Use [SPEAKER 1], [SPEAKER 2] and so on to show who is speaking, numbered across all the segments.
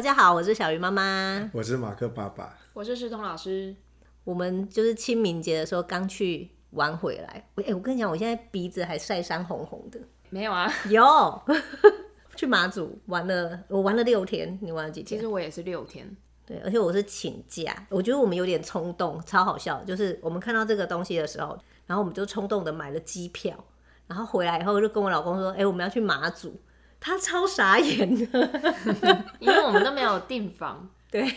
[SPEAKER 1] 家好，我是小鱼妈妈。
[SPEAKER 2] 我是马克爸爸，
[SPEAKER 3] 我是石彤老师，
[SPEAKER 1] 我们就是清明节的时候刚去玩回来，我、欸、我跟你讲，我现在鼻子还晒伤红红的。
[SPEAKER 3] 没有啊，
[SPEAKER 1] 有去马祖玩了，我玩了六天，你玩了几
[SPEAKER 3] 其
[SPEAKER 1] 天？
[SPEAKER 3] 实我也是六天，
[SPEAKER 1] 对，而且我是请假，我觉得我们有点冲动，超好笑的。就是我们看到这个东西的时候，然后我们就冲动的买了机票，然后回来以后就跟我老公说：“哎、我们要去马祖。”他超傻眼的，
[SPEAKER 3] 因为我们都没有订房，
[SPEAKER 1] 对，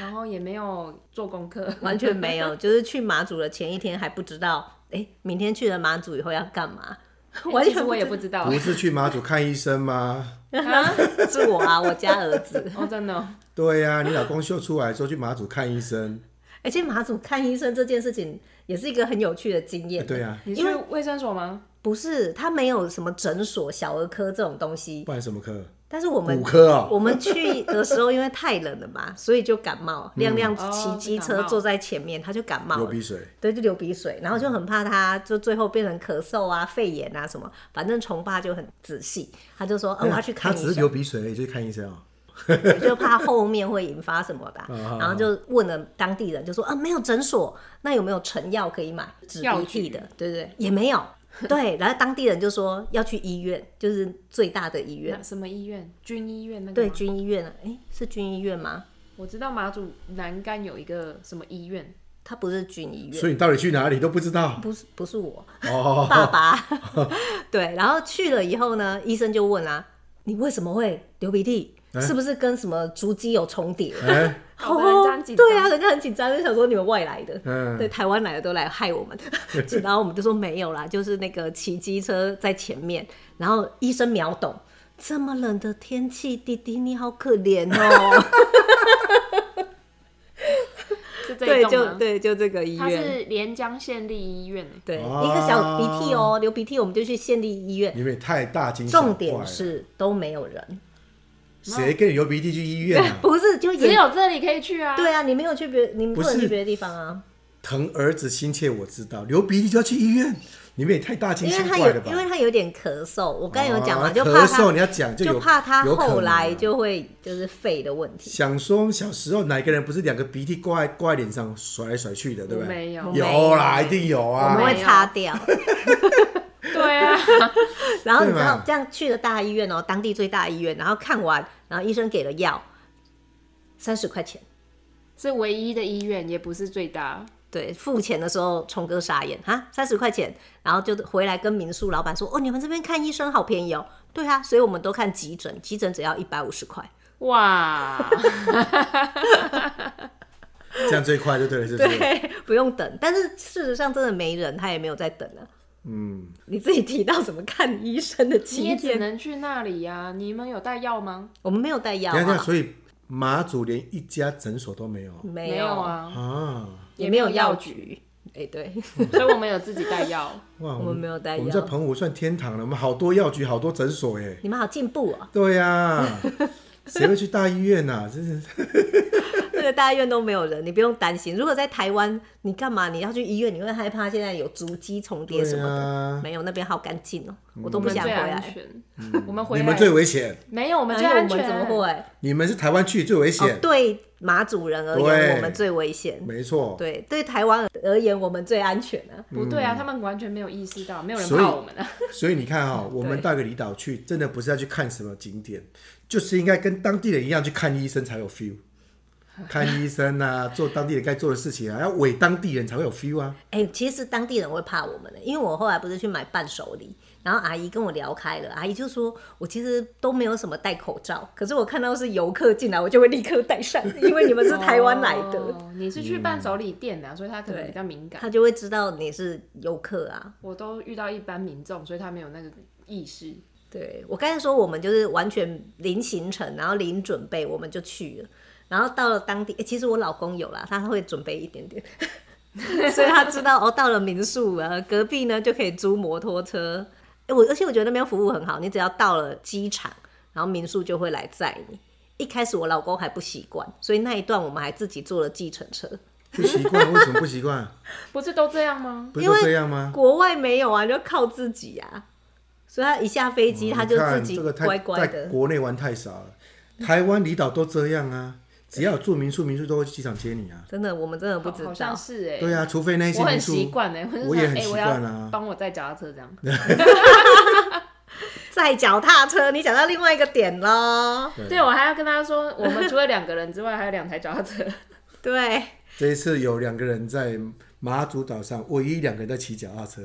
[SPEAKER 3] 然后也没有做功课，
[SPEAKER 1] 完全没有，就是去马祖的前一天还不知道，哎、明天去了马祖以后要干嘛， 完
[SPEAKER 3] 哎其
[SPEAKER 1] 全
[SPEAKER 3] 实我也
[SPEAKER 1] 不
[SPEAKER 3] 不知道
[SPEAKER 2] 不是去马祖看医生吗？
[SPEAKER 3] 啊，
[SPEAKER 1] 知 是我啊，我家儿子。
[SPEAKER 3] 哦，真的哦，
[SPEAKER 2] 对呀、你老公秀出来说去马祖看医生，
[SPEAKER 1] 而且哎马祖看医生这件事情也是一个很有趣的经验。
[SPEAKER 2] 对啊呀、
[SPEAKER 3] 你去卫生所吗？
[SPEAKER 1] 不是他没有什么诊所、小儿科这种东西，
[SPEAKER 2] 不然什么科？
[SPEAKER 1] 但是我们
[SPEAKER 2] 骨科哦
[SPEAKER 1] 我们去的时候因为太冷了嘛，所以就感冒。
[SPEAKER 2] 嗯
[SPEAKER 1] 亮亮骑机
[SPEAKER 3] 哦
[SPEAKER 1] 车
[SPEAKER 3] 感冒
[SPEAKER 1] 坐在前面，他就感冒
[SPEAKER 2] 流
[SPEAKER 1] 了。
[SPEAKER 2] 鼻水，
[SPEAKER 1] 对，就流鼻水，然后
[SPEAKER 2] 嗯
[SPEAKER 1] 就很怕他，就最后变成咳嗽啊、肺炎啊什么。反正虫爸就很仔细，他就说：“哦，我要去看
[SPEAKER 2] 哎他只
[SPEAKER 1] 医
[SPEAKER 2] 是流
[SPEAKER 1] 生，
[SPEAKER 2] 鼻水而已，就去看医生哦、
[SPEAKER 1] 就怕后面会引发什么的啊、
[SPEAKER 2] 哦
[SPEAKER 1] 然后就问了当地人，就说：“啊，没有诊所，那有没有成药可以买止
[SPEAKER 3] 药
[SPEAKER 1] 鼻涕
[SPEAKER 3] 局
[SPEAKER 1] 的？对不对？也没有。对，然后当地人就说要去医院，就是最大的医院
[SPEAKER 3] 那，什么医院？军医院那个
[SPEAKER 1] 对，
[SPEAKER 3] 吗
[SPEAKER 1] 军医院啊，哎，是军医院吗？
[SPEAKER 3] 我知道马祖南干有一个什么医院，
[SPEAKER 1] 它不是军医院，
[SPEAKER 2] 所以你到底去哪里都不知道
[SPEAKER 1] 不是不是我，
[SPEAKER 2] 哦。
[SPEAKER 1] 爸 爸，对，然后去了以后呢，医生就问啊，你为什么会流鼻涕？是不是跟什么足迹有重叠？
[SPEAKER 2] 哎、
[SPEAKER 3] 搞得人家很紧张
[SPEAKER 1] 哦对啊，人家很紧张，就想说你们外来的，
[SPEAKER 2] 嗯
[SPEAKER 1] 对，台湾来的都来害 我们，然后我们就说没有啦，就是那个骑机车在前面，然后医生秒懂，这么冷的天气，弟弟你好可怜 哦，
[SPEAKER 3] 是这一
[SPEAKER 1] 对，
[SPEAKER 3] 栋
[SPEAKER 1] 就
[SPEAKER 3] 吗？
[SPEAKER 1] 对，就这个医
[SPEAKER 3] 它
[SPEAKER 1] 院。
[SPEAKER 3] 啊是连江县立医院欸
[SPEAKER 1] 对，
[SPEAKER 2] 哦
[SPEAKER 1] 一个小鼻涕哦，流鼻涕，我们就去县立医院。
[SPEAKER 2] 因为太大惊小怪啊
[SPEAKER 1] 重
[SPEAKER 2] 了
[SPEAKER 1] 点是都没有人，
[SPEAKER 2] 谁跟你流鼻涕去医院啊？
[SPEAKER 1] 不是就
[SPEAKER 3] 只
[SPEAKER 1] 也
[SPEAKER 3] 有这里可以去啊。
[SPEAKER 1] 对啊，你没有去别，你不
[SPEAKER 2] 不
[SPEAKER 1] 能
[SPEAKER 2] 是
[SPEAKER 1] 去别的地方啊，
[SPEAKER 2] 疼儿子心切，我知道，流鼻涕就要去医院，你们也太大惊
[SPEAKER 1] 因为
[SPEAKER 2] 小
[SPEAKER 1] 他
[SPEAKER 2] 怪了
[SPEAKER 1] 有，
[SPEAKER 2] 吧？
[SPEAKER 1] 因为他有点咳嗽，我刚才有讲嘛，
[SPEAKER 2] 哦
[SPEAKER 1] 就怕
[SPEAKER 2] 咳嗽，
[SPEAKER 1] 他
[SPEAKER 2] 你要讲就有
[SPEAKER 1] 就怕他
[SPEAKER 2] 有可能
[SPEAKER 1] 后来
[SPEAKER 2] 啊
[SPEAKER 1] 就会就是肺的问题。
[SPEAKER 2] 想说小时候哪个人不是两个鼻涕挂在挂在脸上甩来甩去的，对不对？
[SPEAKER 3] 我没有
[SPEAKER 1] 我没有
[SPEAKER 2] 有啦，一定有
[SPEAKER 1] 我
[SPEAKER 2] 啊
[SPEAKER 1] 们。会
[SPEAKER 3] 没有
[SPEAKER 1] 擦 掉，
[SPEAKER 3] 对啊，
[SPEAKER 1] 然后你知
[SPEAKER 2] 对
[SPEAKER 1] 道
[SPEAKER 2] 嘛
[SPEAKER 1] 这样去了大医院哦，当地最大医院，然后看完，然后医生给了药，三十块钱。
[SPEAKER 3] 是唯一的医院，也不是最大。
[SPEAKER 1] 对，付钱的时候，虫哥傻眼哈，三十块钱，然后就回来跟民宿老板说，哦，你们这边看医生好便宜哦。对啊，所以我们都看急诊，急诊只要一百五十块。
[SPEAKER 3] 哇，
[SPEAKER 2] 这样最快就对了，是不是？
[SPEAKER 1] 对， 不用等。但是事实上真的没人，他也没有在等啊。
[SPEAKER 2] 嗯，
[SPEAKER 1] 你自己提到什么看医生的经
[SPEAKER 3] 你也只
[SPEAKER 1] 验，
[SPEAKER 3] 能去那里呀、啊。你们有带药吗？
[SPEAKER 1] 我们没有带药
[SPEAKER 2] 等一下等一下，
[SPEAKER 1] 啊，
[SPEAKER 2] 所以马祖连一家诊所都没有
[SPEAKER 1] 没
[SPEAKER 3] 有
[SPEAKER 1] 有，
[SPEAKER 3] 啊，
[SPEAKER 2] 啊！
[SPEAKER 1] 也没有
[SPEAKER 3] 也没有
[SPEAKER 1] 药
[SPEAKER 3] 药
[SPEAKER 1] 局。哎、对，
[SPEAKER 3] 所以我们有自己带药。
[SPEAKER 2] 哇，
[SPEAKER 1] 我们没有带药
[SPEAKER 2] 我们在澎湖算天堂了，我们好多药局，好多诊所 哎。
[SPEAKER 1] 你们好进步哦，
[SPEAKER 2] 对呀、谁会去大医院呐、啊？真是
[SPEAKER 1] 那个大医院都没有人，你不用担心。如果在台湾，你干嘛？你要去医院，你会害怕现在有足迹重叠什
[SPEAKER 2] 对
[SPEAKER 1] 么的。
[SPEAKER 2] 啊，嗯
[SPEAKER 1] 没有，那边好干净哦，我都
[SPEAKER 3] 我
[SPEAKER 1] 不
[SPEAKER 3] 们
[SPEAKER 1] 想回
[SPEAKER 3] 最安
[SPEAKER 1] 来。
[SPEAKER 3] 全， 我们回
[SPEAKER 2] 你
[SPEAKER 3] 来
[SPEAKER 2] 们最危险，
[SPEAKER 3] 没有，我们
[SPEAKER 1] 而
[SPEAKER 3] 最
[SPEAKER 1] 且
[SPEAKER 3] 安
[SPEAKER 1] 我
[SPEAKER 3] 全，啊
[SPEAKER 1] 们怎么会？
[SPEAKER 2] 你们是台湾去最危险，
[SPEAKER 1] 哦，对马主人而言，
[SPEAKER 2] 对
[SPEAKER 1] 我们最危险。
[SPEAKER 2] 没错。
[SPEAKER 1] 对，对台湾而言，我们最安全啊。
[SPEAKER 3] 不对啊，他们完全没有意识到，没有
[SPEAKER 2] 嗯
[SPEAKER 3] 人
[SPEAKER 2] 所以
[SPEAKER 3] 怕我们啊。
[SPEAKER 2] 所以你看哈、
[SPEAKER 1] 嗯
[SPEAKER 2] 我们到一个离岛去，真的不是要去看什么景点，就是应该跟当地人一样去看医生才 有 feel。看医生啊，做当地人该做的事情啊，要伪当地人才会有 feel 啊。
[SPEAKER 1] 哎、其实当地人会怕我们的，因为我后来不是去买伴手礼，然后阿姨跟我聊开了，阿姨就说我其实都没有什么戴口罩，可是我看到是游客进来，我就会立刻戴上，因为你们是 台湾来的，
[SPEAKER 3] 哦你是去
[SPEAKER 2] 嗯
[SPEAKER 3] 伴手礼店啊，所以他可能
[SPEAKER 1] 对
[SPEAKER 3] 比较敏感。
[SPEAKER 1] 他就会知道你是游客啊。
[SPEAKER 3] 我都遇到一般民众，所以他没有那个意识。
[SPEAKER 1] 对我刚才说，我们就是完全零行程，然后零准备，我们就去了。然后到了当地，诶其实我老公有啦，他会准备一点点， 所以他知道哦，到了民宿啊，隔壁呢就可以租摩托车。诶我而且我觉得那边服务很好，你只要到了机场，然后民宿就会来载你。一开始我老公还不习惯，所以那一段我们还自己坐了计程车。
[SPEAKER 2] 不习惯，为什么不习 惯？
[SPEAKER 3] 不是都这样吗？
[SPEAKER 2] 不是都这样吗？
[SPEAKER 1] 国外没有啊，就靠自己啊。所以他一下飞机，他就
[SPEAKER 2] 哦你看
[SPEAKER 1] 自己
[SPEAKER 2] 这个太
[SPEAKER 1] 乖乖
[SPEAKER 2] 在
[SPEAKER 1] 的。
[SPEAKER 2] 国内玩太少了。台湾离岛都这样啊，只要有住民宿，民宿都会去机场接你啊。
[SPEAKER 1] 真的，我们真的不
[SPEAKER 3] 好
[SPEAKER 1] 知
[SPEAKER 3] 好像
[SPEAKER 1] 道。
[SPEAKER 3] 是哎、
[SPEAKER 2] 对啊，除非那些
[SPEAKER 3] 我很
[SPEAKER 2] 民
[SPEAKER 3] 习
[SPEAKER 2] 宿，
[SPEAKER 3] 惯哎，我就
[SPEAKER 2] 我
[SPEAKER 3] 说
[SPEAKER 2] 也很
[SPEAKER 3] 哎
[SPEAKER 2] 习
[SPEAKER 3] 我要
[SPEAKER 2] 惯啊
[SPEAKER 3] 帮我载脚踏车这样。
[SPEAKER 1] 在脚踏车，你讲到另外一个点喽。
[SPEAKER 2] 对
[SPEAKER 3] 对，我还要跟他说，我们除了两个人之外，还有两台脚踏车。
[SPEAKER 1] 对，
[SPEAKER 2] 这一次有两个人在马祖岛上，唯一两个人在骑脚踏车。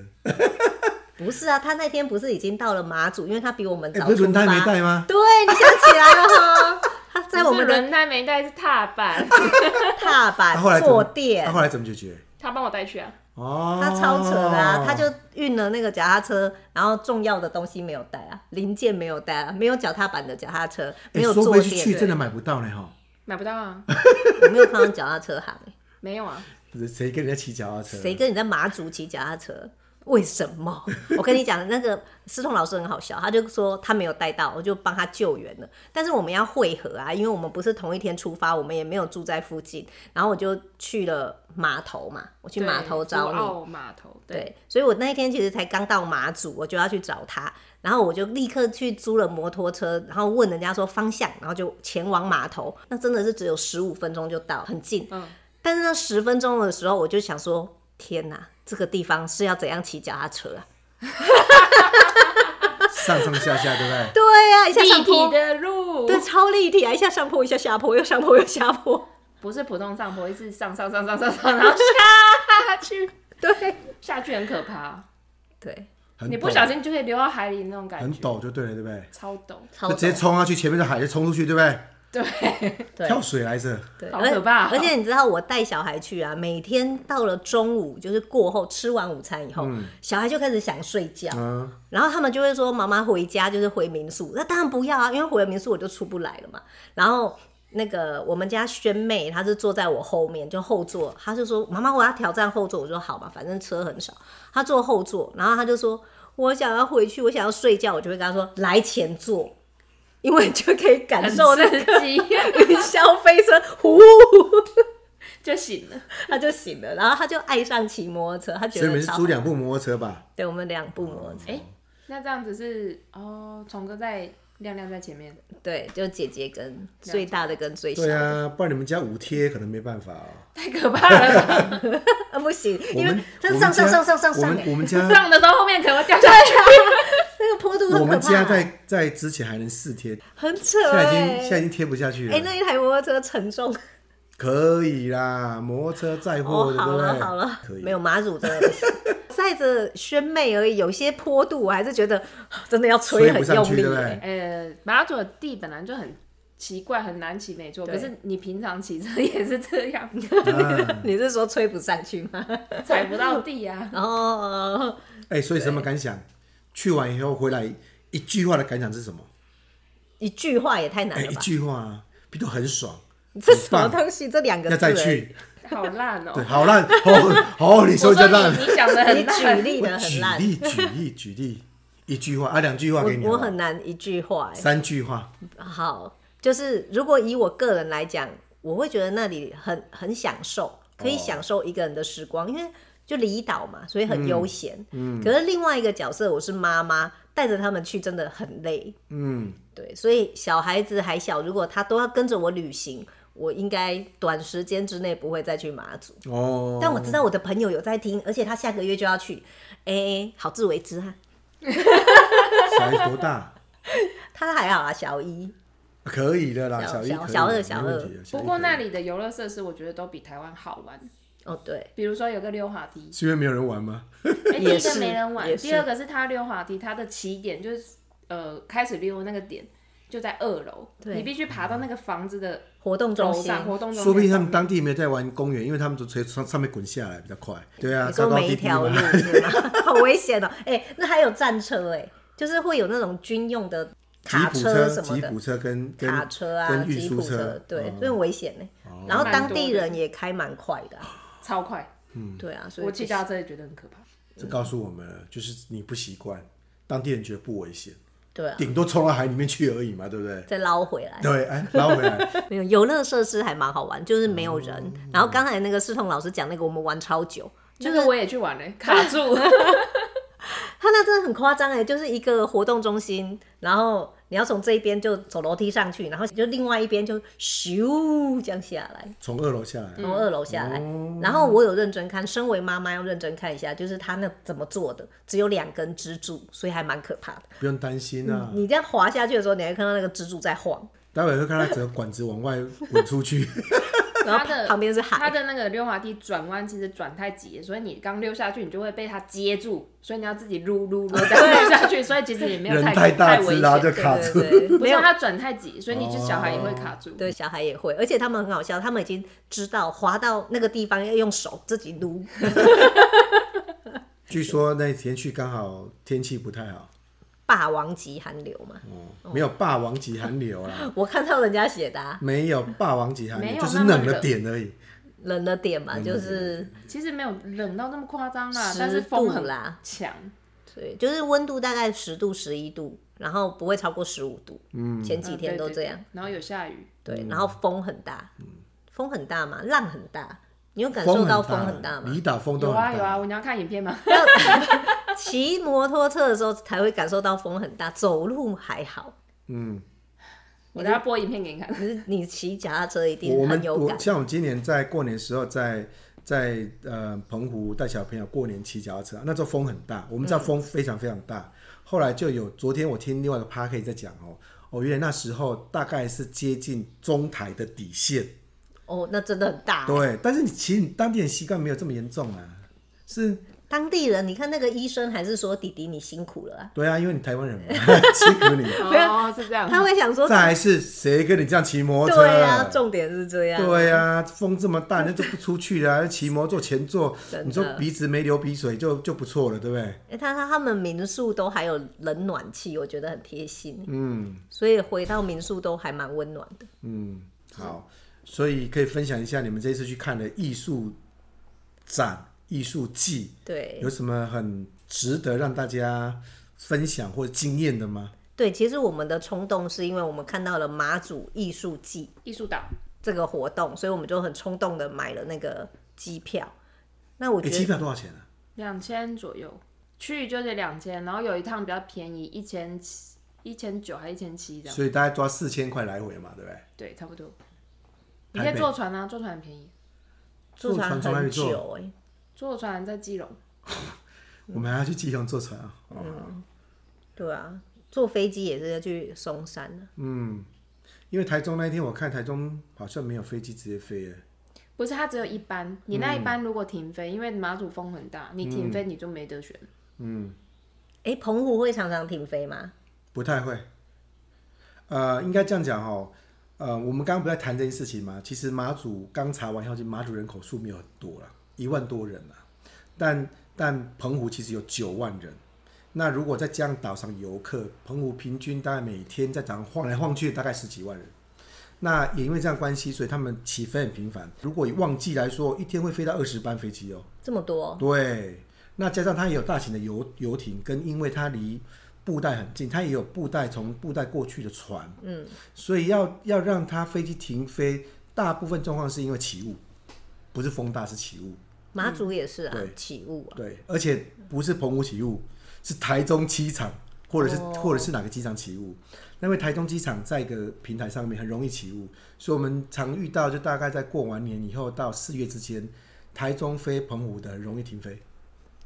[SPEAKER 1] 不是啊，他那天不是已经到了马祖，因为他比我们
[SPEAKER 2] 哎、
[SPEAKER 1] 早
[SPEAKER 2] 不是
[SPEAKER 1] 出
[SPEAKER 2] 轮
[SPEAKER 1] 发。
[SPEAKER 2] 胎没带吗？
[SPEAKER 1] 对，你想起来了哈， 他 在我们
[SPEAKER 3] 不是
[SPEAKER 1] 的
[SPEAKER 3] 轮胎没带是踏板，
[SPEAKER 1] 踏
[SPEAKER 2] 他、后来
[SPEAKER 1] 板
[SPEAKER 2] 怎么
[SPEAKER 1] 坐？
[SPEAKER 2] 他、
[SPEAKER 1] 垫，
[SPEAKER 2] 后来怎么解决？
[SPEAKER 3] 他帮我带去啊。
[SPEAKER 2] 哦，
[SPEAKER 1] 他超扯的啊！他就运了那个脚踏车，然后重要的东西没有带啊，零件没有带啊，没有脚踏板的脚踏车，没
[SPEAKER 2] 哎、
[SPEAKER 1] 有
[SPEAKER 2] 说
[SPEAKER 1] 坐
[SPEAKER 2] 回去去
[SPEAKER 1] 垫，
[SPEAKER 2] 真的买不到呢哈。
[SPEAKER 3] 买不到啊，
[SPEAKER 1] 我没有看到脚踏车行、
[SPEAKER 3] 没有啊，
[SPEAKER 2] 谁跟人家骑脚踏车？
[SPEAKER 1] 谁跟你在马祖骑脚踏车？为什么？ 我跟你讲，那个思彤老师很好笑，他就说他没有带到，我就帮他救援了。但是我们要汇合啊，因为我们不是同一天出发，我们也没有住在附近，然后我就去了码头嘛，我去码头找
[SPEAKER 3] 对
[SPEAKER 1] 你。
[SPEAKER 3] 福澳码头，对，
[SPEAKER 1] 对，所以我那一天其实才刚到马祖，我就要去找他，然后我就立刻去租了摩托车，然后问人家说方向，然后就前往码头。那真的是只有十五分钟就到，很近。
[SPEAKER 3] 嗯，
[SPEAKER 1] 但是那十分钟的时候，我就想说，天哪，这个地方是要怎样骑脚踏车啊？
[SPEAKER 2] 上上下下，对不对？
[SPEAKER 1] 对呀、啊，一下上
[SPEAKER 3] 立体
[SPEAKER 1] 坡，
[SPEAKER 3] 的路，
[SPEAKER 1] 对，超立体啊，一下上坡，一下下坡，又上坡又下坡，
[SPEAKER 3] 不是普通上坡，是上上上上上上，然后下去，
[SPEAKER 1] 对
[SPEAKER 3] 下去很可怕，
[SPEAKER 1] 对，
[SPEAKER 2] 很
[SPEAKER 3] 你
[SPEAKER 2] 陡
[SPEAKER 3] 不小心就可以流到海里那种感
[SPEAKER 2] 很
[SPEAKER 3] 觉，
[SPEAKER 2] 陡就对了，对不对？
[SPEAKER 3] 超陡，
[SPEAKER 1] 超
[SPEAKER 2] 就直接
[SPEAKER 1] 陡
[SPEAKER 2] 冲下去，前面的海就冲出去，对不对？
[SPEAKER 3] 对，
[SPEAKER 1] 对
[SPEAKER 2] 跳水来着，
[SPEAKER 1] 对，
[SPEAKER 3] 好
[SPEAKER 1] 而
[SPEAKER 3] 可怕哦
[SPEAKER 1] 而且你知道，我带小孩去啊，每天到了中午，就是过后吃完午餐以后，小孩就开始想睡觉，
[SPEAKER 2] 嗯，
[SPEAKER 1] 然后他们就会说：“妈妈回家就是回民宿。”那当然不要啊，因为回了民宿我就出不来了嘛。然后那个我们家萱妹，她是坐在我后面，就后座，她就说：“妈妈，我要挑战后座。”我说：“好嘛，反正车很少。”她坐后座，然后她就说：“我想要回去，我想要睡觉。”我就会跟她说：“来前座。”因为你就可以感
[SPEAKER 3] 很
[SPEAKER 1] 受那个
[SPEAKER 3] 刺激
[SPEAKER 1] 云霄飞车，呼，
[SPEAKER 3] 就醒了，
[SPEAKER 1] 他就醒了，然后他就爱上骑摩托车，他觉
[SPEAKER 2] 所以
[SPEAKER 1] 得
[SPEAKER 2] 你们是
[SPEAKER 1] 超
[SPEAKER 2] 租两部摩托车吧？
[SPEAKER 1] 对我们两部摩托车，
[SPEAKER 3] 哎，那这样子是哦，虫哥在亮亮在前面，
[SPEAKER 1] 对，就姐姐跟
[SPEAKER 2] 啊
[SPEAKER 1] 最大的跟最小
[SPEAKER 2] 对
[SPEAKER 1] 的，
[SPEAKER 2] 啊，不然你们家五贴可能没办法哦。
[SPEAKER 3] 太可怕 了吧，
[SPEAKER 1] 啊不行，
[SPEAKER 2] 我
[SPEAKER 1] 因为
[SPEAKER 2] 们
[SPEAKER 1] 他
[SPEAKER 2] 我们
[SPEAKER 1] 上上
[SPEAKER 2] 家
[SPEAKER 1] 上上上
[SPEAKER 2] 我
[SPEAKER 1] 上，
[SPEAKER 2] 们
[SPEAKER 1] 哎
[SPEAKER 2] 我们家
[SPEAKER 3] 上的时候后面可能会掉下去，
[SPEAKER 1] 那个坡度
[SPEAKER 2] 我
[SPEAKER 1] 很可
[SPEAKER 2] 们家
[SPEAKER 1] 怕，欸
[SPEAKER 2] 在在之前还能四贴，
[SPEAKER 1] 很扯
[SPEAKER 2] 现在已经现在
[SPEAKER 1] 哎，
[SPEAKER 2] 已经贴不下去
[SPEAKER 1] 哎
[SPEAKER 2] 了。
[SPEAKER 1] 那一台摩托车沉重，
[SPEAKER 2] 可以啦，摩托车载货
[SPEAKER 1] 哦
[SPEAKER 2] 的，对
[SPEAKER 1] 好
[SPEAKER 2] 不
[SPEAKER 1] 了
[SPEAKER 2] 对？
[SPEAKER 1] 好了
[SPEAKER 2] 可，以。
[SPEAKER 1] 没有马祖真的不行，载着萱妹而已，有些坡度我还是觉得啊真的要
[SPEAKER 2] 吹
[SPEAKER 1] 吹
[SPEAKER 2] 不
[SPEAKER 1] 很
[SPEAKER 2] 上去，
[SPEAKER 1] 用力
[SPEAKER 2] 对不，对
[SPEAKER 1] 哎？
[SPEAKER 3] 呃，马祖的地本来就很奇怪，很难骑，没错。
[SPEAKER 1] 对
[SPEAKER 3] 可是你平常骑车也是这样，
[SPEAKER 2] 啊，
[SPEAKER 1] 你是说吹不上去吗？
[SPEAKER 3] 踩不到地啊。
[SPEAKER 1] 然后
[SPEAKER 2] 哎，所以什么感想？去完以后回来，一句话的感想是什么？
[SPEAKER 1] 一句话也太难
[SPEAKER 2] 哎，
[SPEAKER 1] 了
[SPEAKER 2] 一
[SPEAKER 1] 吧？
[SPEAKER 2] 句话啊，都很爽，
[SPEAKER 1] 这
[SPEAKER 2] 很
[SPEAKER 1] 什么
[SPEAKER 2] 棒
[SPEAKER 1] 东西？这两个字
[SPEAKER 2] 要再
[SPEAKER 1] 而已
[SPEAKER 2] 去。
[SPEAKER 3] 好烂哦、
[SPEAKER 2] 对，好烂，好，好，你
[SPEAKER 3] 我
[SPEAKER 2] 说
[SPEAKER 3] 说
[SPEAKER 2] 就烂
[SPEAKER 3] 你。你想的
[SPEAKER 1] 欸你
[SPEAKER 3] 很
[SPEAKER 1] 举
[SPEAKER 3] 烂，
[SPEAKER 1] 例
[SPEAKER 2] 我
[SPEAKER 1] 的很
[SPEAKER 2] 举
[SPEAKER 1] 烂，
[SPEAKER 2] 例，举例，举例，一句话啊，两句话给你
[SPEAKER 1] 我
[SPEAKER 2] 好
[SPEAKER 1] 我
[SPEAKER 2] 不好，
[SPEAKER 1] 很难一句话欸。
[SPEAKER 2] 三句话，
[SPEAKER 1] 好，就是如果以我个人来讲，我会觉得那里很很享受，可以
[SPEAKER 2] 哦
[SPEAKER 1] 享受一个人的时光，因为就离岛嘛，所以很悠闲。嗯，可是另外一个角色，我是妈妈，带着他们去真的很累。
[SPEAKER 2] 嗯，
[SPEAKER 1] 对，所以小孩子还小，如果他都要跟着我旅行。我应该短时间之内不会再去马祖，
[SPEAKER 2] 哦，
[SPEAKER 1] 但我知道我的朋友有在听，而且他下个月就要去，哎、好自为之哈、
[SPEAKER 2] 小孩多 大？
[SPEAKER 1] 他还好啊，小一，
[SPEAKER 2] 可以的啦，
[SPEAKER 1] 小
[SPEAKER 2] 一
[SPEAKER 1] 小
[SPEAKER 2] 可以
[SPEAKER 1] 小
[SPEAKER 2] 的
[SPEAKER 1] 二小
[SPEAKER 2] 没问
[SPEAKER 1] 二
[SPEAKER 2] 题的啊小
[SPEAKER 3] 不
[SPEAKER 2] 一
[SPEAKER 3] 过
[SPEAKER 2] 可以，
[SPEAKER 3] 那里的游乐设施我觉得都比台湾好玩，
[SPEAKER 1] 哦对，
[SPEAKER 3] 比如说有个溜滑梯
[SPEAKER 2] 是因为没有人玩吗？
[SPEAKER 3] 哎、第
[SPEAKER 1] 也
[SPEAKER 3] 一
[SPEAKER 1] 是
[SPEAKER 3] 个没人玩，
[SPEAKER 1] 也是
[SPEAKER 3] 第二个是它溜滑梯，它的起点就是呃开始溜那个点就在二楼，
[SPEAKER 1] 对
[SPEAKER 3] 你必须爬到那个房子的
[SPEAKER 1] 活动中
[SPEAKER 3] 楼
[SPEAKER 1] 心，
[SPEAKER 3] 上活动中心，
[SPEAKER 2] 说不定他们当地没有在玩公园，因为他们从从上面滚下来比较快。对啊，
[SPEAKER 1] 你
[SPEAKER 2] 高
[SPEAKER 1] 说
[SPEAKER 2] 高
[SPEAKER 1] 每
[SPEAKER 2] 低
[SPEAKER 1] 一
[SPEAKER 2] 低
[SPEAKER 1] 条
[SPEAKER 2] 嘛
[SPEAKER 1] 路。是吗？ 好危险哦、哎、那还有战车哎、就是会有那种军用的
[SPEAKER 2] 吉
[SPEAKER 1] 卡
[SPEAKER 2] 普
[SPEAKER 1] 什么
[SPEAKER 2] 吉
[SPEAKER 1] 的
[SPEAKER 2] 普，车跟跟
[SPEAKER 1] 卡车啊，
[SPEAKER 2] 跟运
[SPEAKER 1] 吉
[SPEAKER 2] 输
[SPEAKER 1] 普车，对，
[SPEAKER 2] 哦
[SPEAKER 1] 这很危险呢、然后
[SPEAKER 3] 蛮
[SPEAKER 1] 当
[SPEAKER 3] 多
[SPEAKER 1] 地
[SPEAKER 3] 的
[SPEAKER 1] 人也开蛮快的啊、
[SPEAKER 3] 超快，
[SPEAKER 2] 嗯
[SPEAKER 1] 对啊，所以
[SPEAKER 3] 我骑脚踏车也觉得很可怕。
[SPEAKER 2] 这告诉我们了，就是你不习惯，当地人觉得不危险，
[SPEAKER 1] 对啊，
[SPEAKER 2] 顶多冲到海里面去而已嘛，对不对？
[SPEAKER 1] 再捞回来。
[SPEAKER 2] 对，哎，拉回来，
[SPEAKER 1] 没有游乐设施还蛮好玩，就是没有
[SPEAKER 2] 哦
[SPEAKER 1] 人。然后刚才那个世彤老师讲那个，我们玩超久，
[SPEAKER 3] 就
[SPEAKER 1] 就是是
[SPEAKER 3] 我也去玩了、卡住。
[SPEAKER 1] 他那真的很夸张哎，就是一个活动中心，然后你要从这一边就走楼梯上去，然后就另外一边就咻这样下来，
[SPEAKER 2] 从二楼下来，
[SPEAKER 3] 嗯
[SPEAKER 1] 从二楼下来。然后我有认真看，身为妈妈要认真看一下，就是他那怎么做的，只有两根支柱，所以还蛮可怕的。
[SPEAKER 2] 不用担心啊。
[SPEAKER 3] 嗯
[SPEAKER 1] 你这样滑下去的时候，你还看到那个支柱在晃，
[SPEAKER 2] 待会会看到整个管子往 外滚出去，
[SPEAKER 1] 然
[SPEAKER 3] 它的
[SPEAKER 1] 后旁边是
[SPEAKER 3] 它
[SPEAKER 1] 海，
[SPEAKER 3] 的那个溜滑梯转弯其实转太急了，所以你刚溜下去，你就会被它接住，所以你要自己撸撸撸再溜下去，所以其实也没有
[SPEAKER 2] 人
[SPEAKER 3] 太
[SPEAKER 2] 大
[SPEAKER 3] 危
[SPEAKER 2] 只，
[SPEAKER 3] 险。
[SPEAKER 2] 然后就哦
[SPEAKER 1] 对
[SPEAKER 2] 卡住。
[SPEAKER 1] 对 对，
[SPEAKER 3] 不
[SPEAKER 1] 没
[SPEAKER 3] 是
[SPEAKER 1] 有
[SPEAKER 3] 它转太急，所以你就小孩也会卡住。
[SPEAKER 1] 对，小孩也会，而且他们很好笑，他们已经知道滑到那个地方要用手自己撸，
[SPEAKER 2] 据说那天去刚好天气不太好，
[SPEAKER 1] 霸王级寒流嘛。
[SPEAKER 3] 嗯
[SPEAKER 2] 哦，没有霸王级寒流 啦，
[SPEAKER 1] 我看到人家写的、啊，
[SPEAKER 2] 没有霸王级寒
[SPEAKER 3] 没
[SPEAKER 2] 流，
[SPEAKER 3] 有
[SPEAKER 2] 就是
[SPEAKER 3] 那
[SPEAKER 2] 冷
[SPEAKER 3] 么
[SPEAKER 2] 了
[SPEAKER 3] 冷
[SPEAKER 2] 点而已。
[SPEAKER 1] 冷了点嘛，就是
[SPEAKER 3] 其实没有冷到那么夸张啦，
[SPEAKER 1] 10
[SPEAKER 3] 但是风
[SPEAKER 1] 度
[SPEAKER 3] 很
[SPEAKER 1] 啦
[SPEAKER 3] 强。
[SPEAKER 1] 对，就是温度大概十度、十一度，然后不会超过十五度。嗯，前几
[SPEAKER 3] 嗯
[SPEAKER 1] 天都这。
[SPEAKER 3] 对
[SPEAKER 1] 样。
[SPEAKER 3] 对对然后有下雨，
[SPEAKER 1] 对，
[SPEAKER 2] 嗯
[SPEAKER 1] 然后风很大，风很大嘛，浪很大，你有感
[SPEAKER 2] 风
[SPEAKER 1] 受
[SPEAKER 2] 很
[SPEAKER 1] 到
[SPEAKER 2] 大，
[SPEAKER 1] 风很大吗？
[SPEAKER 2] 离岛风都
[SPEAKER 3] 有
[SPEAKER 2] 很
[SPEAKER 3] 啊有
[SPEAKER 2] 大。
[SPEAKER 3] 啊，你要看影片吗？
[SPEAKER 1] 骑摩托车的时候才会感受到风很大，走路还好。
[SPEAKER 2] 嗯，
[SPEAKER 3] 我等下播影片给你看。
[SPEAKER 1] 可是你骑脚踏车一定
[SPEAKER 2] 我们
[SPEAKER 1] 很有
[SPEAKER 2] 我
[SPEAKER 1] 感，
[SPEAKER 2] 像我们今年在过年时候在在呃澎湖带小朋友过年骑脚踏车，那时候风很大，我们
[SPEAKER 1] 嗯
[SPEAKER 2] 知道风非常非常大。后来就有昨天我听另外一个 p a r k 在讲哦，哦，原来那时候大概是接近中台的底线，
[SPEAKER 1] 哦，那真的很大。
[SPEAKER 2] 对。但是你其实你当地人习惯没有这么严重啊，是
[SPEAKER 1] 当地人，你看那个医生还是说弟弟你辛苦了啊、
[SPEAKER 2] 对啊，因为你台湾人嘛， 辛 苦你。
[SPEAKER 1] 没有
[SPEAKER 3] 哦，是这样。
[SPEAKER 1] 他会想说，
[SPEAKER 2] 再来是谁跟你这样骑摩托车？
[SPEAKER 1] 对啊，重点是这样。
[SPEAKER 2] 对呀、风这 么大，那就不出去了、啊，骑摩托坐前座
[SPEAKER 1] 真，的
[SPEAKER 2] 你说鼻子没流鼻水就就不错了，对不对？
[SPEAKER 1] 欸、他他他们民宿都还有冷暖气，我觉得很贴心，
[SPEAKER 2] 嗯
[SPEAKER 1] 所以回到民宿都还蛮温暖的。
[SPEAKER 2] 嗯，好，所以可以分享一下你们这一次去看的艺术展、艺术季，
[SPEAKER 1] 对
[SPEAKER 2] 有什么很值得让大家分享或经验的吗？
[SPEAKER 1] 对，其实我们的冲动是因为我们看到了马祖艺术季
[SPEAKER 3] 艺术岛，
[SPEAKER 1] 这个活动，所以我们就很冲动的买了那个机票。那我觉
[SPEAKER 2] 诶，机
[SPEAKER 1] 得
[SPEAKER 2] 票多少钱啊？
[SPEAKER 3] 两千左右，去就是两千，然后有一趟比较便宜，一千七、一千九还一千七这样，
[SPEAKER 2] 所以大概抓四千块来回嘛，对不对？
[SPEAKER 3] 对，差不多。你可以坐船啊，坐船很便宜，
[SPEAKER 1] 坐
[SPEAKER 2] 坐
[SPEAKER 1] 船
[SPEAKER 2] 船从哪
[SPEAKER 1] 很
[SPEAKER 2] 里坐
[SPEAKER 1] 久哎、
[SPEAKER 3] 坐船在基隆，
[SPEAKER 2] 我们还要去基隆坐船啊。哦
[SPEAKER 1] 对啊，坐飞机也是要去松山的，
[SPEAKER 2] 因为台中那一天我看台中好像没有飞机直接飞耶，
[SPEAKER 3] 不是它只有一班，你那一班如果停飞，因为马祖风很大，你停飞
[SPEAKER 2] 嗯
[SPEAKER 3] 你就没得选。
[SPEAKER 1] 哎、澎湖会常常停飞吗？
[SPEAKER 2] 不太会。呃，应该这样讲哦。呃，我们刚刚不在谈这件事情嘛？其实马祖刚查完消息，马祖人口数没有很多了，一万多人啦。但但澎湖其实有九万人。那如果再加上岛上游客，澎湖平均大概每天在岛上晃来晃去，大概十几万人。那也因为这样关系，所以他们起飞很频繁。如果以旺季来说，一天会飞到二十班飞机哦。
[SPEAKER 1] 这么多，
[SPEAKER 2] 对，那加上它也有大型的游游艇，跟因为它离布袋很近，它也有布袋从布袋过去的船，嗯，所以要要让它飞机停飞，大部分状况是因为起雾，不是风大是起雾，
[SPEAKER 1] 马祖也是啊
[SPEAKER 2] 嗯对，
[SPEAKER 1] 起雾啊，
[SPEAKER 2] 对，而且不是澎湖起雾，是台中机场或者是、
[SPEAKER 1] 哦
[SPEAKER 2] 或者是哪个机场起雾，那因为台中机场在一个平台上面很容易起雾，所以我们常遇到就大概在过完年以后到四月之间，台中飞澎湖的很容易停飞，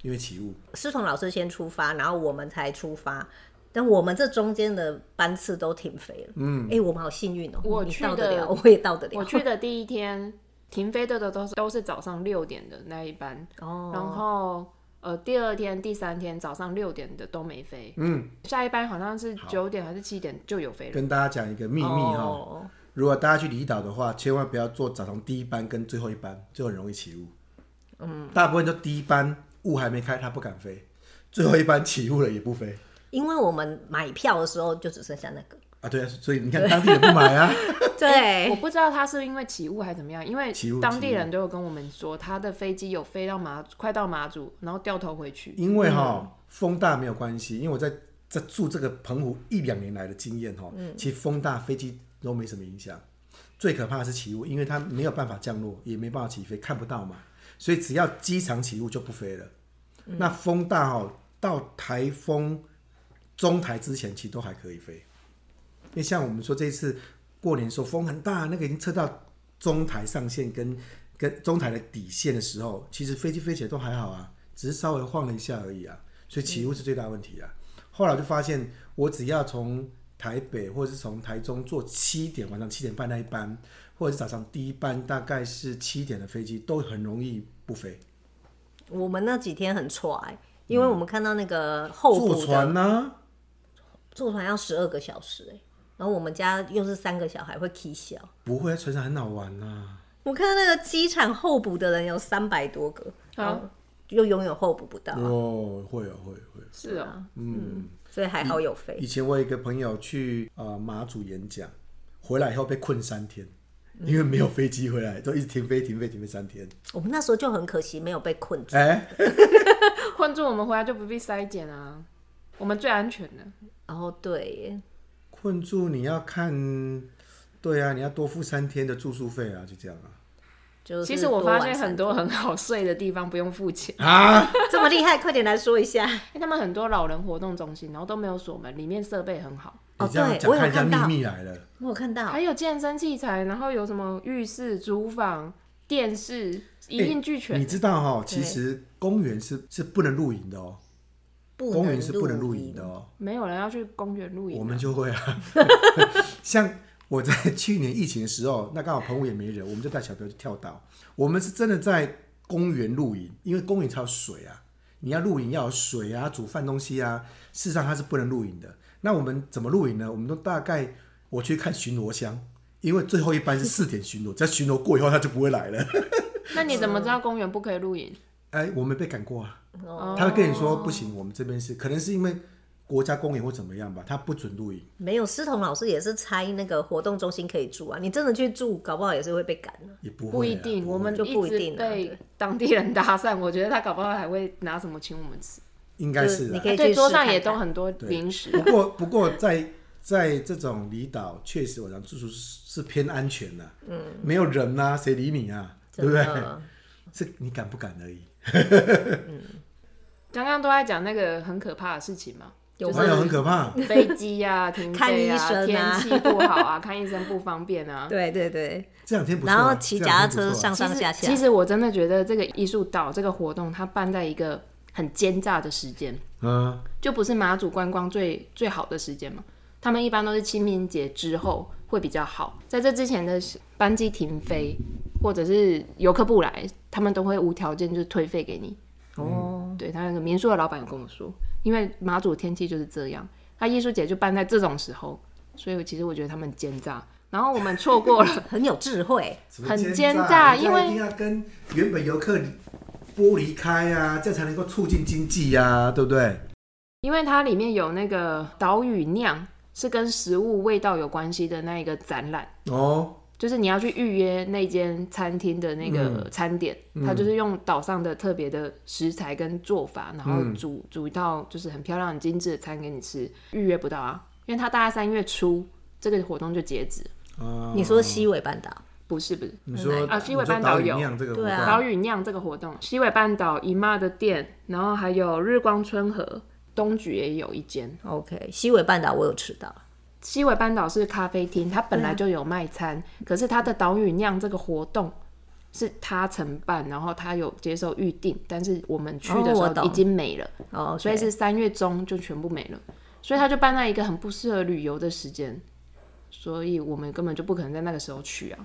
[SPEAKER 2] 因为起雾。
[SPEAKER 1] 师彤老师先出发，然后我们才出发。但我们这中间的班次都停飞了，嗯，哎、我们好幸运哦、
[SPEAKER 3] 我
[SPEAKER 1] 你
[SPEAKER 3] 去
[SPEAKER 1] 到得
[SPEAKER 3] 的
[SPEAKER 1] 了，我也到得了，
[SPEAKER 3] 我去的第一天停飞的都都是都是早上六点的那一班，
[SPEAKER 1] 哦，
[SPEAKER 3] 然后呃，第二天、第三天早上六点的都没飞，嗯，下一班好像是九点还是七点就有飞了，
[SPEAKER 2] 跟大家讲一个秘密哈、
[SPEAKER 1] 哦
[SPEAKER 2] 如果大家去离岛的话，千万不要坐早上第一班跟最后一班，就很容易起雾。嗯，大部分就第一班雾还没开，他不敢飞；最后一班起雾了也不飞
[SPEAKER 1] 因为我们买票的时候就只剩下那个，
[SPEAKER 2] 啊。对啊，所以你看当地人不买啊。
[SPEAKER 1] 对
[SPEAKER 3] 我，
[SPEAKER 1] 哎
[SPEAKER 3] 不知道他是因为起雾还是怎么样，因为
[SPEAKER 2] 起雾
[SPEAKER 3] 当
[SPEAKER 2] 起
[SPEAKER 3] 地
[SPEAKER 2] 雾
[SPEAKER 3] 人都有跟我们说，他的飞机有飞到马快到马祖，然后掉头回去。
[SPEAKER 2] 因为哈、风大没有关系，因为我在在住这个澎湖一两年来的经验哈、其实风大飞机都没什么影响，最可怕的是起雾，因为它没有办法降落，也没办法起飞，看不到嘛，所以只要机场起雾就不飞了。那风大哈、到台风中台之前其实都还可以飞，因为像我们说这一次过年的时候风很大，那个已经测到中台上限跟跟中台的底线的时候，其实飞机飞起来都还好啊，只是稍微晃了一下而已啊，所以起雾是最大的问题啊。后来我就发现，我只要从台北或者是从台中坐七点晚上七点半那一班，或者是早上第一班大概是七点的飞机，都很容易不飞。
[SPEAKER 1] 我们那几天很喘，因为我们看到那个候补
[SPEAKER 2] 坐
[SPEAKER 1] 哦的
[SPEAKER 2] 船啊呢、
[SPEAKER 1] 坐船要十二个小时、欸，然后我们家又是三个小孩，会踢笑。
[SPEAKER 2] 不会，船上很好玩啊。
[SPEAKER 1] 我看到那个机场候补的人有三百多个，然后又永远候补不到，
[SPEAKER 2] 哦，会哦，会会。
[SPEAKER 3] 是哦，
[SPEAKER 1] 所以还好有飞。
[SPEAKER 2] 以前我有一个朋友去呃马祖演讲，回来以后被困三天，因为没有飞机回来，都一直停飞停飞停飞三天。
[SPEAKER 1] 我们那时候就很可惜，没有被困住。
[SPEAKER 2] 哎、
[SPEAKER 3] 困住我们回来就不必筛检啊，我们最安全的。
[SPEAKER 1] 然后哦对耶，
[SPEAKER 2] 困住你要看，对啊，你要多付三天的住宿费啊，就这样啊。
[SPEAKER 1] 就是
[SPEAKER 3] 其实我发现很
[SPEAKER 1] 多
[SPEAKER 3] 多很好睡的地方不用付钱，
[SPEAKER 2] 啊，
[SPEAKER 1] 晚餐 这么厉害，快点来说一下。
[SPEAKER 3] 因为他们很多老人活动中心，然后都没有锁门，里面设备很好，
[SPEAKER 1] 哦
[SPEAKER 2] 你这样
[SPEAKER 1] 对
[SPEAKER 2] 讲，
[SPEAKER 1] 我有
[SPEAKER 2] 看一下
[SPEAKER 1] 看到
[SPEAKER 2] 秘密来了。
[SPEAKER 1] 我有看到
[SPEAKER 3] 还有健身器材，然后有什么浴室、厨房、电
[SPEAKER 1] 哎
[SPEAKER 3] 视，一应俱全。
[SPEAKER 2] 哎你知道哈、
[SPEAKER 1] 对
[SPEAKER 2] 其实公园是是不能露营的哦，
[SPEAKER 1] 不
[SPEAKER 2] 公园是不能
[SPEAKER 1] 露
[SPEAKER 2] 露营的，哦。
[SPEAKER 3] 没有人要去公园露营啊，
[SPEAKER 2] 我们就会 啊，像我在去年疫情的时候，那刚好澎湖也没人，我们就带小朋友去跳岛。我们是真的在公园露营，因为公园才有水啊，你要露营要有水啊，煮饭东西啊。事实上它是不能露营的。那我们怎么露营呢？我们都大概我去看巡逻箱，因为最后一班 是四点巡逻，只要巡逻过以后他就不会来了。
[SPEAKER 3] 那你怎么知道公园不可以露营？
[SPEAKER 2] 哎，我们被赶过啊，
[SPEAKER 1] 哦
[SPEAKER 2] 他会跟你说不行，我们这边是可能是因为国家公园或怎么样吧，他不准露营。
[SPEAKER 1] 没有。思彤老师也是猜那个活动中心可以住啊，你真的去住，搞不好也是会被赶的。
[SPEAKER 2] 也不会、啊，
[SPEAKER 3] 不一定，
[SPEAKER 2] 不
[SPEAKER 3] 我们
[SPEAKER 1] 就不一
[SPEAKER 3] 直
[SPEAKER 1] 定啊
[SPEAKER 3] 被
[SPEAKER 1] 对
[SPEAKER 3] 当地人搭讪，我觉得他搞不好还会拿什么请我们吃。哎
[SPEAKER 2] 应该、
[SPEAKER 1] 就是
[SPEAKER 2] 啊、
[SPEAKER 1] 你可以去
[SPEAKER 3] 对，桌
[SPEAKER 1] 试看
[SPEAKER 3] 上也
[SPEAKER 1] 看
[SPEAKER 3] 都很多零食。
[SPEAKER 2] 不过不过在在这种离岛，确实我讲住宿是是偏安全的、嗯，没有人呐、谁理你啊？对不
[SPEAKER 1] 真
[SPEAKER 2] 对？
[SPEAKER 1] 的，
[SPEAKER 3] 嗯
[SPEAKER 2] 是你敢不敢而已。
[SPEAKER 3] 刚刚都在讲那个很可怕的事情嘛，
[SPEAKER 1] 有
[SPEAKER 2] 还有哎很可怕，
[SPEAKER 3] 飞机 啊、停
[SPEAKER 1] 看
[SPEAKER 3] 飞
[SPEAKER 1] 医生啊
[SPEAKER 3] 天气不好啊， 看医生不方便啊。
[SPEAKER 1] 对对对，
[SPEAKER 2] 这两天不错、啊。
[SPEAKER 1] 然后骑
[SPEAKER 2] 这
[SPEAKER 1] 脚
[SPEAKER 2] 两
[SPEAKER 1] 踏
[SPEAKER 2] 天不
[SPEAKER 1] 车
[SPEAKER 2] 错啊
[SPEAKER 1] 上
[SPEAKER 3] 其
[SPEAKER 1] 上
[SPEAKER 3] 实
[SPEAKER 1] 下
[SPEAKER 3] 其
[SPEAKER 1] 下，
[SPEAKER 3] 实我真的觉得这个艺术岛这个活动，它办在一个很奸诈的时间，
[SPEAKER 2] 嗯，
[SPEAKER 3] 就不是马祖观光最最好的时间嘛。他们一般都是清明节之后会比较好，在这之前的班机停飞，或者是游客不来，他们都会无条件就是退费给你。
[SPEAKER 2] 嗯
[SPEAKER 1] 哦，
[SPEAKER 3] 对他那个民宿的老板有跟我说，因为马祖天气就是这样，他艺术节就办在这种时候，所以其实我觉得他们奸诈，然后我们错过了
[SPEAKER 1] 很有智慧。
[SPEAKER 2] 什么
[SPEAKER 3] 很
[SPEAKER 2] 奸
[SPEAKER 3] 奸
[SPEAKER 2] 诈
[SPEAKER 3] 诈
[SPEAKER 2] 人家
[SPEAKER 3] 因为
[SPEAKER 2] 一定要跟原本游客剥离开啊，这样才能够促进经济啊，对不对？
[SPEAKER 3] 因为它里面有那个岛屿酿，是跟食物味道有关系的那一个展览，
[SPEAKER 2] 哦，
[SPEAKER 3] 就是你要去预约那间餐厅的那个餐点，它就是用岛上的特别的食材跟做法，然后煮、煮一道就是很漂亮、很精致的餐给你吃，预约不到啊，因为它大概三月初这个活动就截止，
[SPEAKER 2] 啊，
[SPEAKER 1] 你说西尾半岛，
[SPEAKER 3] 不是不是。
[SPEAKER 2] 你说
[SPEAKER 3] 啊西尾
[SPEAKER 2] 你说
[SPEAKER 3] 半
[SPEAKER 2] 岛
[SPEAKER 3] 岛
[SPEAKER 2] 屿
[SPEAKER 3] 有
[SPEAKER 2] 酿这个活
[SPEAKER 1] 对啊
[SPEAKER 2] 动
[SPEAKER 3] 岛屿酿这个活动，西尾半岛姨妈的店，然后还有日光春和、东莒也有一间。
[SPEAKER 1] ，OK，西尾半岛我有吃到，
[SPEAKER 3] 西尾半岛是咖啡厅，它
[SPEAKER 1] 嗯
[SPEAKER 3] 本来就有卖餐，可是它的岛屿酿这个活动是它承办，然后它有接受预定，但是我们去的时
[SPEAKER 1] 哦我
[SPEAKER 3] 候
[SPEAKER 1] 懂
[SPEAKER 3] 已经没了，
[SPEAKER 1] 哦，
[SPEAKER 3] 所以是三月中就全部没了，所以它就办在一个很不适合旅游的时间，所以我们根本就不可能在那个时候去啊。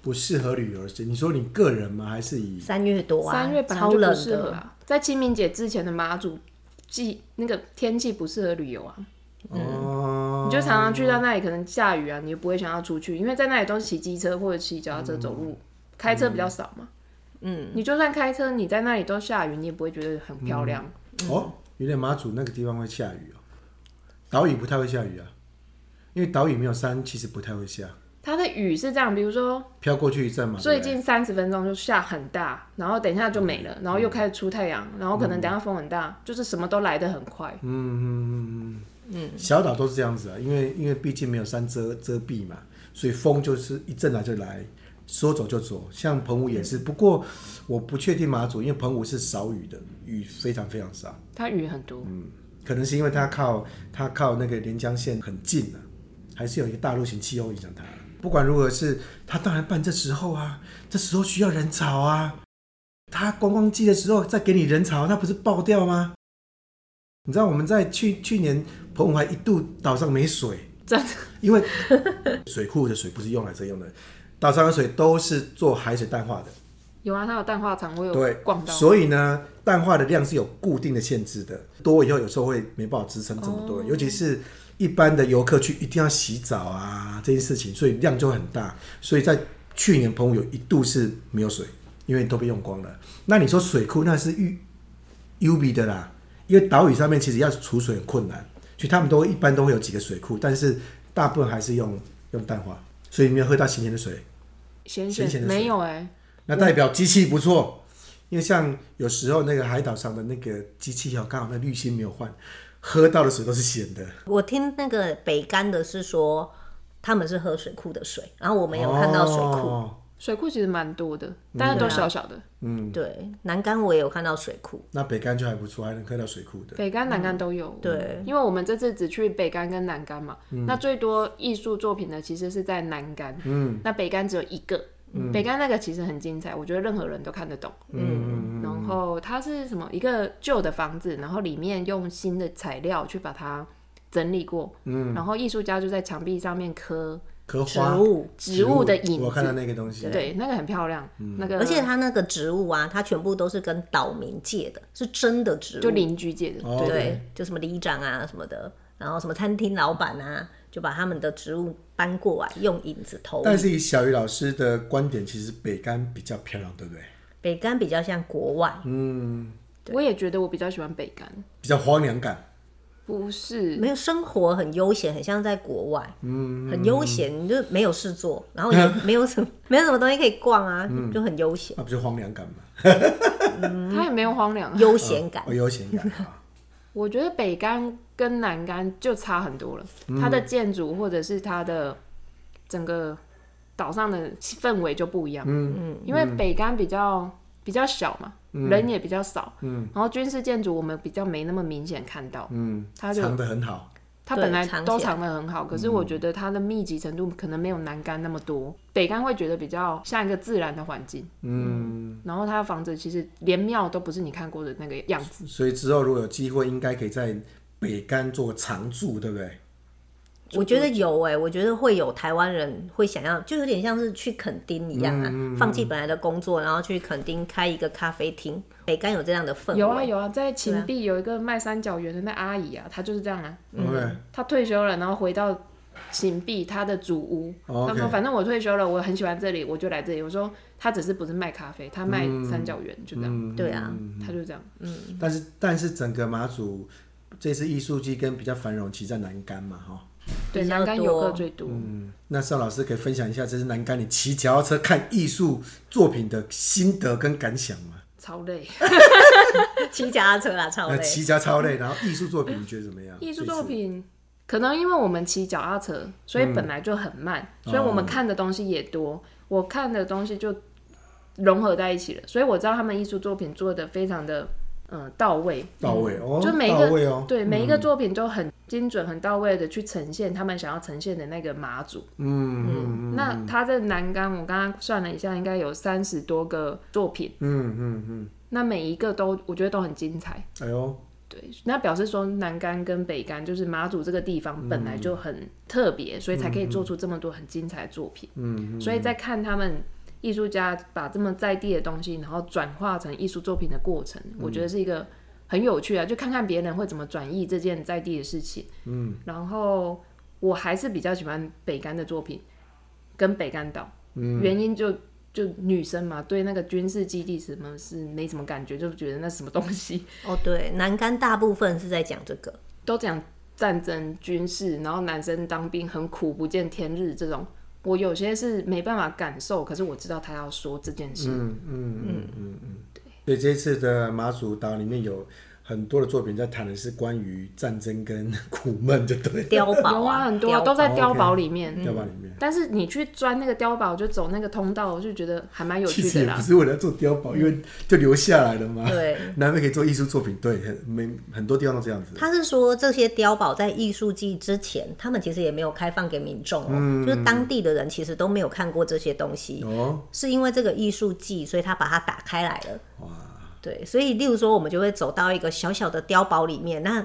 [SPEAKER 2] 不适合旅游的事，你说你个人吗？还是以
[SPEAKER 1] 三月多啊，
[SPEAKER 3] 三月本来
[SPEAKER 1] 超
[SPEAKER 3] 就不
[SPEAKER 1] 冷
[SPEAKER 3] 适合
[SPEAKER 1] 的，
[SPEAKER 3] 啊，在清明节之前的马祖季那个天气不适合旅游啊，
[SPEAKER 1] 嗯
[SPEAKER 2] 哦，
[SPEAKER 3] 你就常常去到那里，可能下雨啊，你就不会想要出去，因为在那里都是骑机车或者骑脚踏车走路，开车比较少嘛。嗯，你就算开车，你在那里都下雨，你也不会觉得很漂亮。
[SPEAKER 2] 哦，原来马祖那个地方会下雨哦，岛屿不太会下雨啊，因为岛屿没有山，其实不太会下，
[SPEAKER 3] 它的雨是这样，比如说
[SPEAKER 2] 飘过去一阵嘛。哦
[SPEAKER 3] 最
[SPEAKER 2] 对嗯不
[SPEAKER 3] 近三十分钟就下很大，然后等一下就没了，然后又开始出太阳，然后可
[SPEAKER 2] 嗯
[SPEAKER 3] 能等一下风很大，就是什么都来得很快。
[SPEAKER 2] 对小岛都是这样子啊，因为因为毕竟没有山遮遮蔽嘛，所以风就是一阵来就来，说走就走。像澎湖也是，不过我不确定马祖，因为澎湖是少雨的，雨非常非常少。嗯
[SPEAKER 3] 它雨很多，
[SPEAKER 2] 可能是因为它靠它靠那个连江县很近啊，还是有一个大陆型气候影响它。不管如何是，它当然办这时候啊，这时候需要人潮啊。它观光季的时候再给你人潮，它不是爆掉吗？你知道我们在去去年澎湖还一度岛上没水，
[SPEAKER 3] 真的
[SPEAKER 2] 因为水库的水不是用来这用的，岛上的水都是做海水淡化的。
[SPEAKER 3] 有啊，它有淡化厂，我
[SPEAKER 2] 对
[SPEAKER 3] 有逛，到。
[SPEAKER 2] 所以呢，氮化的量是有固定的限制的，多以后有时候会没办法支撑这么
[SPEAKER 3] 哦
[SPEAKER 2] 多，尤其是一般的游客去一定要洗澡啊这件事情，所以量就很大。所以在去年澎湖有一度是没有水，因为都被用光了。那你说水库那是预 U B 的啦，因为岛屿上面其实要储水很困难，所以他们都一般都会有几个水库，但是大部分还是用用淡化，所以你没有喝到新鲜的水。
[SPEAKER 3] 咸
[SPEAKER 2] 咸咸的水
[SPEAKER 3] 没有哎、
[SPEAKER 2] 那代表机器不错，因为像有时候那个海岛上的那个机器哦，刚好那滤芯没有换，喝到的水都是咸的。
[SPEAKER 1] 我听那个北干的是说他们是喝水库的水，然后我没有看到水库。
[SPEAKER 2] 哦
[SPEAKER 3] 水库其实蛮多的，但是都小小的。
[SPEAKER 1] 对，南干我也有看到水库。
[SPEAKER 2] 那北干就还不错，还能喝到水库的。
[SPEAKER 3] 北干、南干都有。
[SPEAKER 1] 对，
[SPEAKER 3] 因为我们这次只去北干跟南干嘛，那最多艺术作品的其实是在南干，嗯，那北干只有一个。北干那个其实很精彩，我觉得任何人都看得懂。嗯，然后它是什么？一个旧的房子，然后里面用新的材料去把它整理过。嗯，然后艺术家就在墙壁上面刻
[SPEAKER 2] 荷
[SPEAKER 1] 嗯植
[SPEAKER 2] 花
[SPEAKER 1] 物，
[SPEAKER 3] 植物嗯的影
[SPEAKER 2] 我看到
[SPEAKER 3] 子，
[SPEAKER 2] 那个东西，
[SPEAKER 3] 对，那个很漂亮。那个
[SPEAKER 1] 而且它那个植物啊，它全部都是跟岛民借的，是真的植物，啊
[SPEAKER 3] 就邻居界的，
[SPEAKER 2] 哦
[SPEAKER 3] 对，
[SPEAKER 1] 对，就什么里长啊什么的，然后什么餐厅老板啊，就把他们的植物搬过来，用引子投
[SPEAKER 2] 但是以小鱼老师的观点，其实北干比较漂亮，对不对？
[SPEAKER 1] 北干比较像国外，
[SPEAKER 3] 我也觉得我比较喜欢北干，
[SPEAKER 2] 比较荒凉感。
[SPEAKER 3] 不是
[SPEAKER 1] 没有生活很悠闲，很像在国外，很悠闲，你就没有事做，然后也没有什么 没有什么东西可以逛啊，就很悠闲，
[SPEAKER 2] 那不就荒凉感吗？
[SPEAKER 3] 它也没有荒凉啊。
[SPEAKER 1] 悠闲感
[SPEAKER 2] 哦，悠闲 感啊，
[SPEAKER 3] 我觉得北干跟南干就差很多了，它的建筑或者是它的整个岛上的氛围就不一样。嗯嗯，因为北干比较比较小嘛，人也比较少。嗯，然后军事建筑我们比较没那么明显看到。嗯，它就
[SPEAKER 2] 藏得很好。
[SPEAKER 3] 它
[SPEAKER 1] 对
[SPEAKER 3] 本来
[SPEAKER 1] 藏起
[SPEAKER 3] 都
[SPEAKER 1] 来
[SPEAKER 3] 藏得很好，可是我觉得它的密集程度可能没有南干那么多，北干会觉得比较像一个自然的环境。嗯，然后它的房子其实连庙都不是你看过的那个样子。
[SPEAKER 2] 所以之后如果有机会，应该可以在北干做个常住，对不对？
[SPEAKER 1] 我觉得有哎、我觉得会有台湾人会想要，就有点像是去垦丁一样啊，放弃本来的工作，然后去垦丁开一个咖啡厅。北干有这样的氛围，
[SPEAKER 3] 有啊有啊，在秦壁有一个卖三角圆的那阿姨啊，她就是这样啊，
[SPEAKER 2] OK，
[SPEAKER 3] 她退休了，然后回到秦壁她的祖屋，
[SPEAKER 2] 哦
[SPEAKER 3] 她
[SPEAKER 2] OK
[SPEAKER 3] 说反正我退休了，我很喜欢这里，我就来这里。我说她只是不是卖咖啡，她卖
[SPEAKER 2] 嗯
[SPEAKER 3] 三角圆，就这样，
[SPEAKER 1] 对啊，
[SPEAKER 3] 她就这样。
[SPEAKER 2] 但是但是整个马祖这次艺术季跟比较繁荣，其实在南竿嘛，哈。
[SPEAKER 3] 对，
[SPEAKER 1] 比较
[SPEAKER 3] 南竿
[SPEAKER 1] 多
[SPEAKER 3] 游客最多，
[SPEAKER 2] 嗯，那邵老师可以分享一下，这是南竿你骑脚踏车看艺术作品的心得跟感想吗？
[SPEAKER 3] 超累。
[SPEAKER 2] 啊
[SPEAKER 1] 骑脚踏车啦，超
[SPEAKER 2] 那
[SPEAKER 1] 累。
[SPEAKER 2] 骑脚超累，然后艺术作品你觉得怎么样？
[SPEAKER 3] 艺术作品可能因为我们骑脚踏车，所以
[SPEAKER 2] 嗯
[SPEAKER 3] 本来就很慢，
[SPEAKER 2] 哦
[SPEAKER 3] 所以我们看的东西也多，我看的东西就融合在一起了，所以我知道他们艺术作品做的非常的嗯、呃到位，
[SPEAKER 2] 这次到位哦，
[SPEAKER 3] 就每一
[SPEAKER 2] 到
[SPEAKER 3] 个
[SPEAKER 2] 位哦，
[SPEAKER 3] 对，每一个作品都很精准、很到位的去呈现他们想要呈现的那个马祖。嗯，那他在南竿，我刚刚算了一下，应该有三十多个作品。嗯嗯嗯，那每一个都我觉得都很精彩。
[SPEAKER 2] 哎呦，
[SPEAKER 3] 对，那表示说南竿跟北竿就是马祖这个地方本来就很特别，所以才可以做出这么多很精彩的作品。嗯，所以在看他们艺术家把这么在地的东西，然后转化成艺术作品的过程，我觉得是一个很有趣啊，就看看别人会怎么转译这件在地的事情。嗯，然后我还是比较喜欢北竿的作品，跟北竿岛，原因就。就女生嘛，对那个军事基地什么是没什么感觉，就觉得那什么东西。
[SPEAKER 1] 哦，对，南干大部分是在讲这 个，
[SPEAKER 3] 都讲战争、军事，然后男生当兵很苦，不见天日这种，我有些是没办法感受，可是我知道他要说这件事。
[SPEAKER 2] 嗯嗯嗯嗯嗯，所以这次的马祖岛里面有很多的作品在谈的是关于战争跟苦闷，就对了，
[SPEAKER 1] 碉堡
[SPEAKER 3] 有啊，很多啊
[SPEAKER 1] 碉
[SPEAKER 3] 都在
[SPEAKER 2] 堡哦
[SPEAKER 3] 碉堡
[SPEAKER 2] OK 嗯
[SPEAKER 3] 里面。
[SPEAKER 2] 碉堡里面。
[SPEAKER 3] 但是你去钻那个碉堡，就走那个通道，我就觉得还蛮有
[SPEAKER 2] 其
[SPEAKER 3] 趣
[SPEAKER 2] 实
[SPEAKER 3] 的
[SPEAKER 2] 也
[SPEAKER 3] 啦
[SPEAKER 2] 不。是为了做碉堡，因为就留下来了嘛。
[SPEAKER 1] 对，
[SPEAKER 2] 南非可以做艺术作品，对，很没很多地方都这样子。
[SPEAKER 1] 他是说这些碉堡在艺术季之前，他们其实也没有开放给民众哦、
[SPEAKER 3] 嗯
[SPEAKER 1] 就是当地的人其实都没有看过这些东西，
[SPEAKER 2] 哦，
[SPEAKER 1] 是因为这个艺术季，所以他把它打开来了。
[SPEAKER 2] 哇，
[SPEAKER 1] 对，所以例如说，我们就会走到一个小小的碉堡里面。那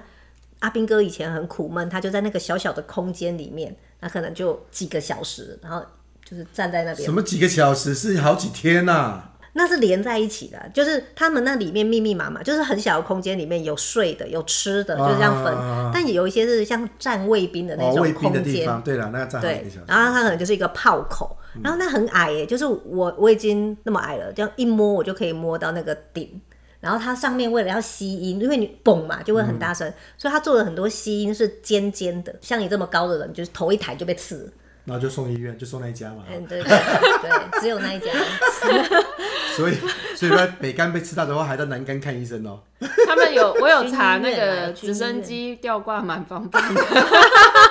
[SPEAKER 1] 阿兵哥以前很苦闷，他就在那个小小的空间里面，那可能就几个小时，然后就是站在那边
[SPEAKER 2] 什，么几个小时是好几天啊呐、
[SPEAKER 1] 那是连在一起的。就是他们那里面密密麻麻，就是很小的空间里面有睡的，有吃的，就是这样分。
[SPEAKER 2] 啊
[SPEAKER 1] 但也有一些是像站卫兵的那
[SPEAKER 2] 哦，
[SPEAKER 1] 种
[SPEAKER 2] 卫兵
[SPEAKER 1] 空
[SPEAKER 2] 的地
[SPEAKER 1] 间，
[SPEAKER 2] 方，啊对了，那站好几
[SPEAKER 1] 对啊
[SPEAKER 2] 个小，时。
[SPEAKER 1] 然后它可能就是一个炮口，
[SPEAKER 2] 嗯
[SPEAKER 1] 然后那很矮耶，就是我我已经那么矮了，这样一摸我就可以摸到那个顶。然后它上面为了要吸音，因为你嘣嘛就会很大声，
[SPEAKER 2] 嗯
[SPEAKER 1] 所以它做了很多吸音是尖尖的。像你这么高的人，就是头一抬就被刺。
[SPEAKER 2] 然后就送医院，就送那一家嘛。
[SPEAKER 1] 嗯，对对对，只有那一家。
[SPEAKER 2] 所以，所以说北干被吃到的话，还到南干看医 生哦。
[SPEAKER 3] 他们有我有查
[SPEAKER 1] 军医
[SPEAKER 3] 那
[SPEAKER 1] 院啊
[SPEAKER 3] 个
[SPEAKER 1] 军医
[SPEAKER 3] 直
[SPEAKER 1] 院
[SPEAKER 3] 升机吊挂蛮方便的，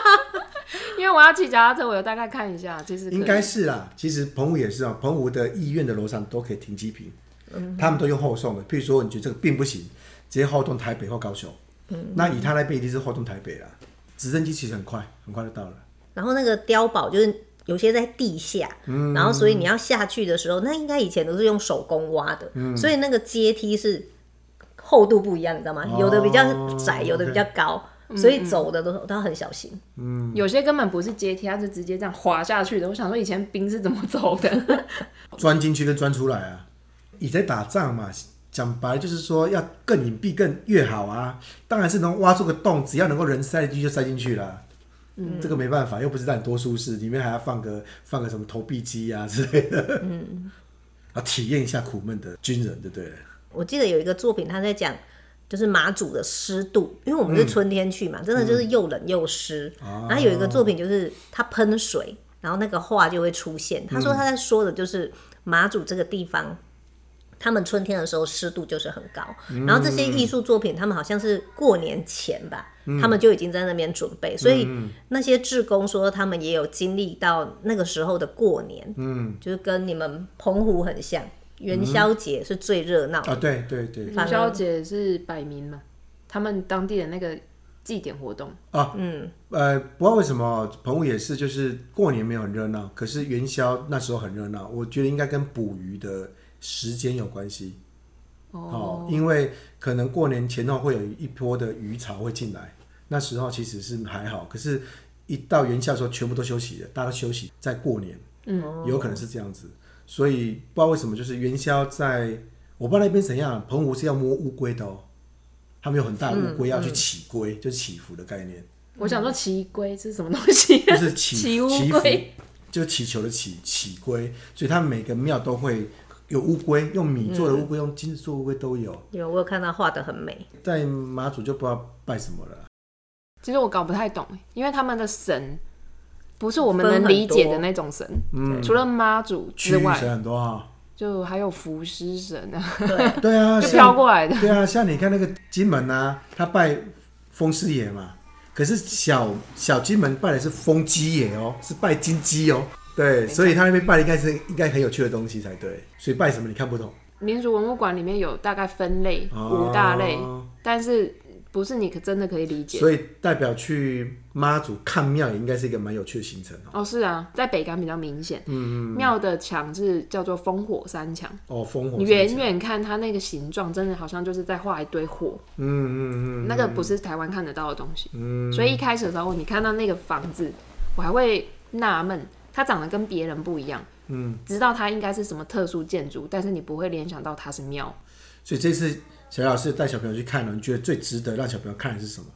[SPEAKER 3] 因为我要骑脚踏车，我有大概看一下，其实可以
[SPEAKER 2] 应该是啦、其实澎湖也是啊、澎湖的医院的楼上都可以停机坪，
[SPEAKER 1] 嗯
[SPEAKER 2] 他们都用后送的。譬如说，你觉得这个病不行，直接后送台北或高雄。
[SPEAKER 1] 嗯
[SPEAKER 2] 那以他那边一定是后送台北啦。直升机其实很快，很快就到了。
[SPEAKER 1] 然后那个碉堡就是有些在地下，然后所以你要下去的时候，那应该以前都是用手工挖的，所以那个阶梯是厚度不一样，你知道吗？
[SPEAKER 2] 哦
[SPEAKER 1] 有的比较窄，
[SPEAKER 2] OK
[SPEAKER 1] 有的比较高，所以走的都都要很小心。
[SPEAKER 3] 有些根本不是阶梯，它是直接这样滑下去的。我想说以前兵是怎么走的？
[SPEAKER 2] 钻进去跟钻出来啊，你在打仗嘛。讲白了就是说，要更隐蔽更越好啊！当然是能挖出个洞，只要能够人塞进去就塞进去啦。嗯，这个没办法，又不是让你多舒适，里面还要放个放个什么投币机啊之类的。嗯， 啊，体验一下苦闷的军人，对不对了？
[SPEAKER 1] 我记得有一个作品，他在讲就是马祖的湿度，因为我们是春天去嘛，真的就是又冷又湿。然后有一个作品就是他喷水，然后那个画就会出现。他说他在说的就是马祖这个地方。他们春天的时候湿度就是很高，然后这些艺术作品，他们好像是过年前吧，他们就已经在那边准备，所以那些志工说他们也有经历到那个时候的过年，嗯，就是跟你们澎湖很像，元宵节是最热闹的
[SPEAKER 2] 啊，对对对，
[SPEAKER 3] 元宵节是百民嘛，他们当地的那个祭典活动，
[SPEAKER 2] 啊，嗯，呃，不知道为什么澎湖也是，就是过年没有很热闹，可是元宵那时候很热闹，我觉得应该跟捕鱼的时间有关系。哦，因为可能过年前后会有一波的鱼潮会进来，那时候其实是还好，可是，一到元宵的时候全部都休息了，大家都休息在过年，嗯，有可能是这样子，所以不知道为什么就是元宵在，我不知道那边怎样，澎湖是要摸乌龟的哦，他们有很大的乌龟要去起龟，就是祈福的概念，
[SPEAKER 3] 我想说奇龟这是什么东西？
[SPEAKER 2] 就是祈
[SPEAKER 3] 奇乌
[SPEAKER 2] 祈福
[SPEAKER 3] 龟，
[SPEAKER 2] 就祈求的祈祈龟，所以他们每个庙都会有乌龟，用
[SPEAKER 3] 嗯
[SPEAKER 2] 米做的乌龟，用金子做的乌龟都有。
[SPEAKER 1] 有，我有看到画的很美。
[SPEAKER 2] 在马祖就不知道拜什么了啦。
[SPEAKER 3] 其实我搞不太懂，因为他们的神不是我们
[SPEAKER 1] 分
[SPEAKER 3] 能
[SPEAKER 1] 很
[SPEAKER 3] 理解
[SPEAKER 1] 多
[SPEAKER 3] 的那种神，除了妈祖
[SPEAKER 2] 区
[SPEAKER 3] 之
[SPEAKER 2] 域
[SPEAKER 3] 外，
[SPEAKER 2] 嗯神很多 哈、
[SPEAKER 3] 就还有浮 尸神啊，
[SPEAKER 1] 对，
[SPEAKER 2] 对啊，
[SPEAKER 3] 就飘
[SPEAKER 2] 像
[SPEAKER 3] 过来的。
[SPEAKER 2] 对啊，像你看那个金门啊，他拜风师爷嘛，可是小小金门拜的是风鸡爷哦，是拜金鸡哦。对，所以他那边拜的应该是应该很有趣的东西才对，所以拜什么你看不懂。
[SPEAKER 3] 民族文物馆里面有大概分类
[SPEAKER 2] 哦
[SPEAKER 3] 五大类，但是不是你可真的可以理解。
[SPEAKER 2] 所以代表去妈祖看庙也应该是一个蛮有趣的行程哦。
[SPEAKER 3] 哦，是啊，在北港比较明显。嗯庙的墙是叫做烽火三墙，
[SPEAKER 2] 哦，烽火
[SPEAKER 3] 你
[SPEAKER 2] 山
[SPEAKER 3] 远远看它那个形状，真的好像就是在画一堆火。嗯嗯嗯，那个不是台湾看得到的东西。嗯，所以一开始的时候，你看到那个房子，我还会纳闷，它长得跟别人不一样。嗯，知道它应该是什么特殊建筑，但是你不会联想到它是庙。
[SPEAKER 2] 所以这次小老师带小朋友去看了，你觉得最值得让小朋友看的是什么？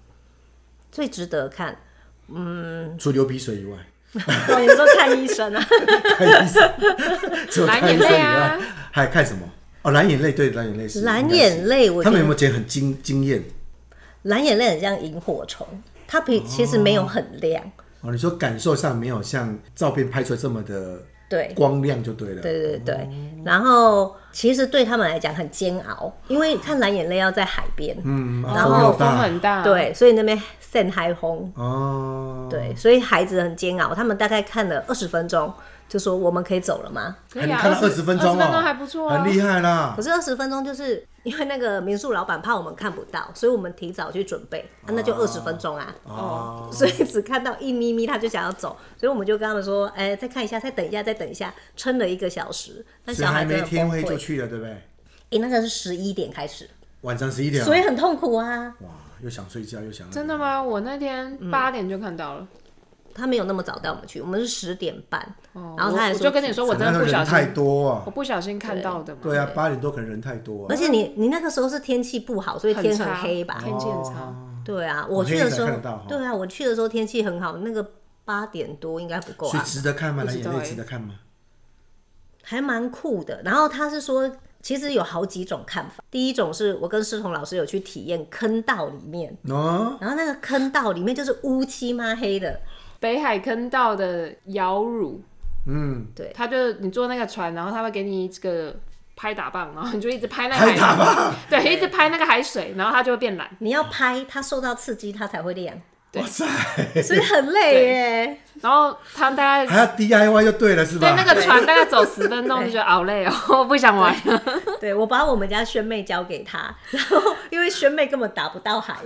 [SPEAKER 1] 最值得看，
[SPEAKER 2] 除流鼻水以 外，
[SPEAKER 1] 哦，你说看医 生啊？
[SPEAKER 2] 看医生，除了看医生以
[SPEAKER 3] 蓝眼泪啊
[SPEAKER 2] 外，还看什么？哦，蓝眼泪，对，蓝眼泪是
[SPEAKER 1] 蓝眼泪我觉得
[SPEAKER 2] 嗯他们有没有觉得很惊惊艳？
[SPEAKER 1] 蓝眼泪很像萤火虫，它比其实没有很亮，
[SPEAKER 2] 哦哦，你说感受上没有像照片拍出来这么的
[SPEAKER 1] 对，
[SPEAKER 2] 光亮就对了。
[SPEAKER 1] 对对对，然后其实对他们来讲很煎熬，因为看蓝眼泪要在海边，
[SPEAKER 2] 嗯，啊
[SPEAKER 1] 然
[SPEAKER 2] 风
[SPEAKER 1] 后
[SPEAKER 2] 又
[SPEAKER 3] 风
[SPEAKER 2] 大
[SPEAKER 3] 很大，，
[SPEAKER 1] 对，所以那边晒海风，
[SPEAKER 2] 哦，
[SPEAKER 1] 对，所以孩子很煎熬。他们大概看了二十分钟，就说我们可以走了吗？
[SPEAKER 3] 可
[SPEAKER 2] 哎，
[SPEAKER 3] 以
[SPEAKER 2] 你
[SPEAKER 3] 啊，
[SPEAKER 2] 看了二
[SPEAKER 3] 十
[SPEAKER 2] 十分钟
[SPEAKER 3] 分钟
[SPEAKER 2] 哦，
[SPEAKER 3] 还不错啊，
[SPEAKER 2] 很厉害啦
[SPEAKER 1] 可。是二十分钟就是因为那个民宿老板怕我们看不到，所以我们提早去准备，啊、那就二十分钟啊。
[SPEAKER 2] 哦，
[SPEAKER 1] 所以只看到一咪咪，他就想要走，所以我们就跟他们说，哎、再看一下，再等一下，再等一下，撑了一个小时，但
[SPEAKER 2] 所以
[SPEAKER 1] 小
[SPEAKER 2] 还
[SPEAKER 1] 孩真
[SPEAKER 2] 没
[SPEAKER 1] 的
[SPEAKER 2] 天
[SPEAKER 1] 崩
[SPEAKER 2] 黑就
[SPEAKER 1] 溃。
[SPEAKER 2] 去了，对不对？
[SPEAKER 1] 哎、那个是十一点开始，
[SPEAKER 2] 晚上十一点啊，
[SPEAKER 1] 所以很痛苦啊。
[SPEAKER 2] 哇，又想睡觉又想
[SPEAKER 3] 真的吗？我那天八点就看到了，
[SPEAKER 1] 他没有那么早带我们去，我们是十点半，嗯
[SPEAKER 3] 哦
[SPEAKER 1] 然后他
[SPEAKER 3] 我
[SPEAKER 1] 还
[SPEAKER 3] 我
[SPEAKER 1] 说
[SPEAKER 3] 就跟你说，我真
[SPEAKER 2] 那
[SPEAKER 3] 的
[SPEAKER 2] 个
[SPEAKER 3] 不小
[SPEAKER 2] 人太
[SPEAKER 3] 心，
[SPEAKER 2] 多
[SPEAKER 3] 我
[SPEAKER 2] 啊。
[SPEAKER 3] 不小心看到的嘛，
[SPEAKER 2] 对啊，八点多可能人太多
[SPEAKER 1] 而
[SPEAKER 2] 啊。
[SPEAKER 1] 且你你那个时候是天气不好，所以
[SPEAKER 3] 哦很
[SPEAKER 1] 天很
[SPEAKER 3] 差
[SPEAKER 1] 黑吧？
[SPEAKER 3] 天气很差，
[SPEAKER 2] 哦
[SPEAKER 1] 对啊，
[SPEAKER 2] 哦
[SPEAKER 1] 我去的
[SPEAKER 2] 黑才
[SPEAKER 1] 时候
[SPEAKER 2] 看得到哦，
[SPEAKER 1] 对啊，我去的时候天气很好，那个八点多应该不够
[SPEAKER 2] 所以
[SPEAKER 1] 啊，
[SPEAKER 2] 值得看吗？
[SPEAKER 3] 不
[SPEAKER 2] 蓝
[SPEAKER 3] 知道
[SPEAKER 2] 眼泪
[SPEAKER 3] 欸
[SPEAKER 2] 值得看吗？
[SPEAKER 1] 还蛮酷的。然后他是说，其实有好几种看法。第一种是我跟师彤老师有去体验坑道里面，
[SPEAKER 3] 嗯
[SPEAKER 2] 哦，
[SPEAKER 1] 然后那个坑道里面就是乌漆嘛黑的，
[SPEAKER 3] 北海坑道的摇乳，
[SPEAKER 2] 嗯，
[SPEAKER 1] 对
[SPEAKER 3] 他就你坐那个船，然后他会给你这个拍打棒，然后你就一直拍那个
[SPEAKER 2] 拍打
[SPEAKER 3] 海，
[SPEAKER 2] 吧。
[SPEAKER 3] 对，一直拍那个海水，然后它就会变蓝。
[SPEAKER 1] 你要拍它受到刺激，它才会亮，
[SPEAKER 3] 对
[SPEAKER 2] 哇塞，
[SPEAKER 1] 所以很累耶。
[SPEAKER 3] 然后他大概
[SPEAKER 2] 还要 DIY 就对了，是吧？
[SPEAKER 3] 对那个船大概走十分钟就觉得好累哦，不想玩。
[SPEAKER 1] 对我把我们家萱妹交给他，然后因为萱妹根本打不到海，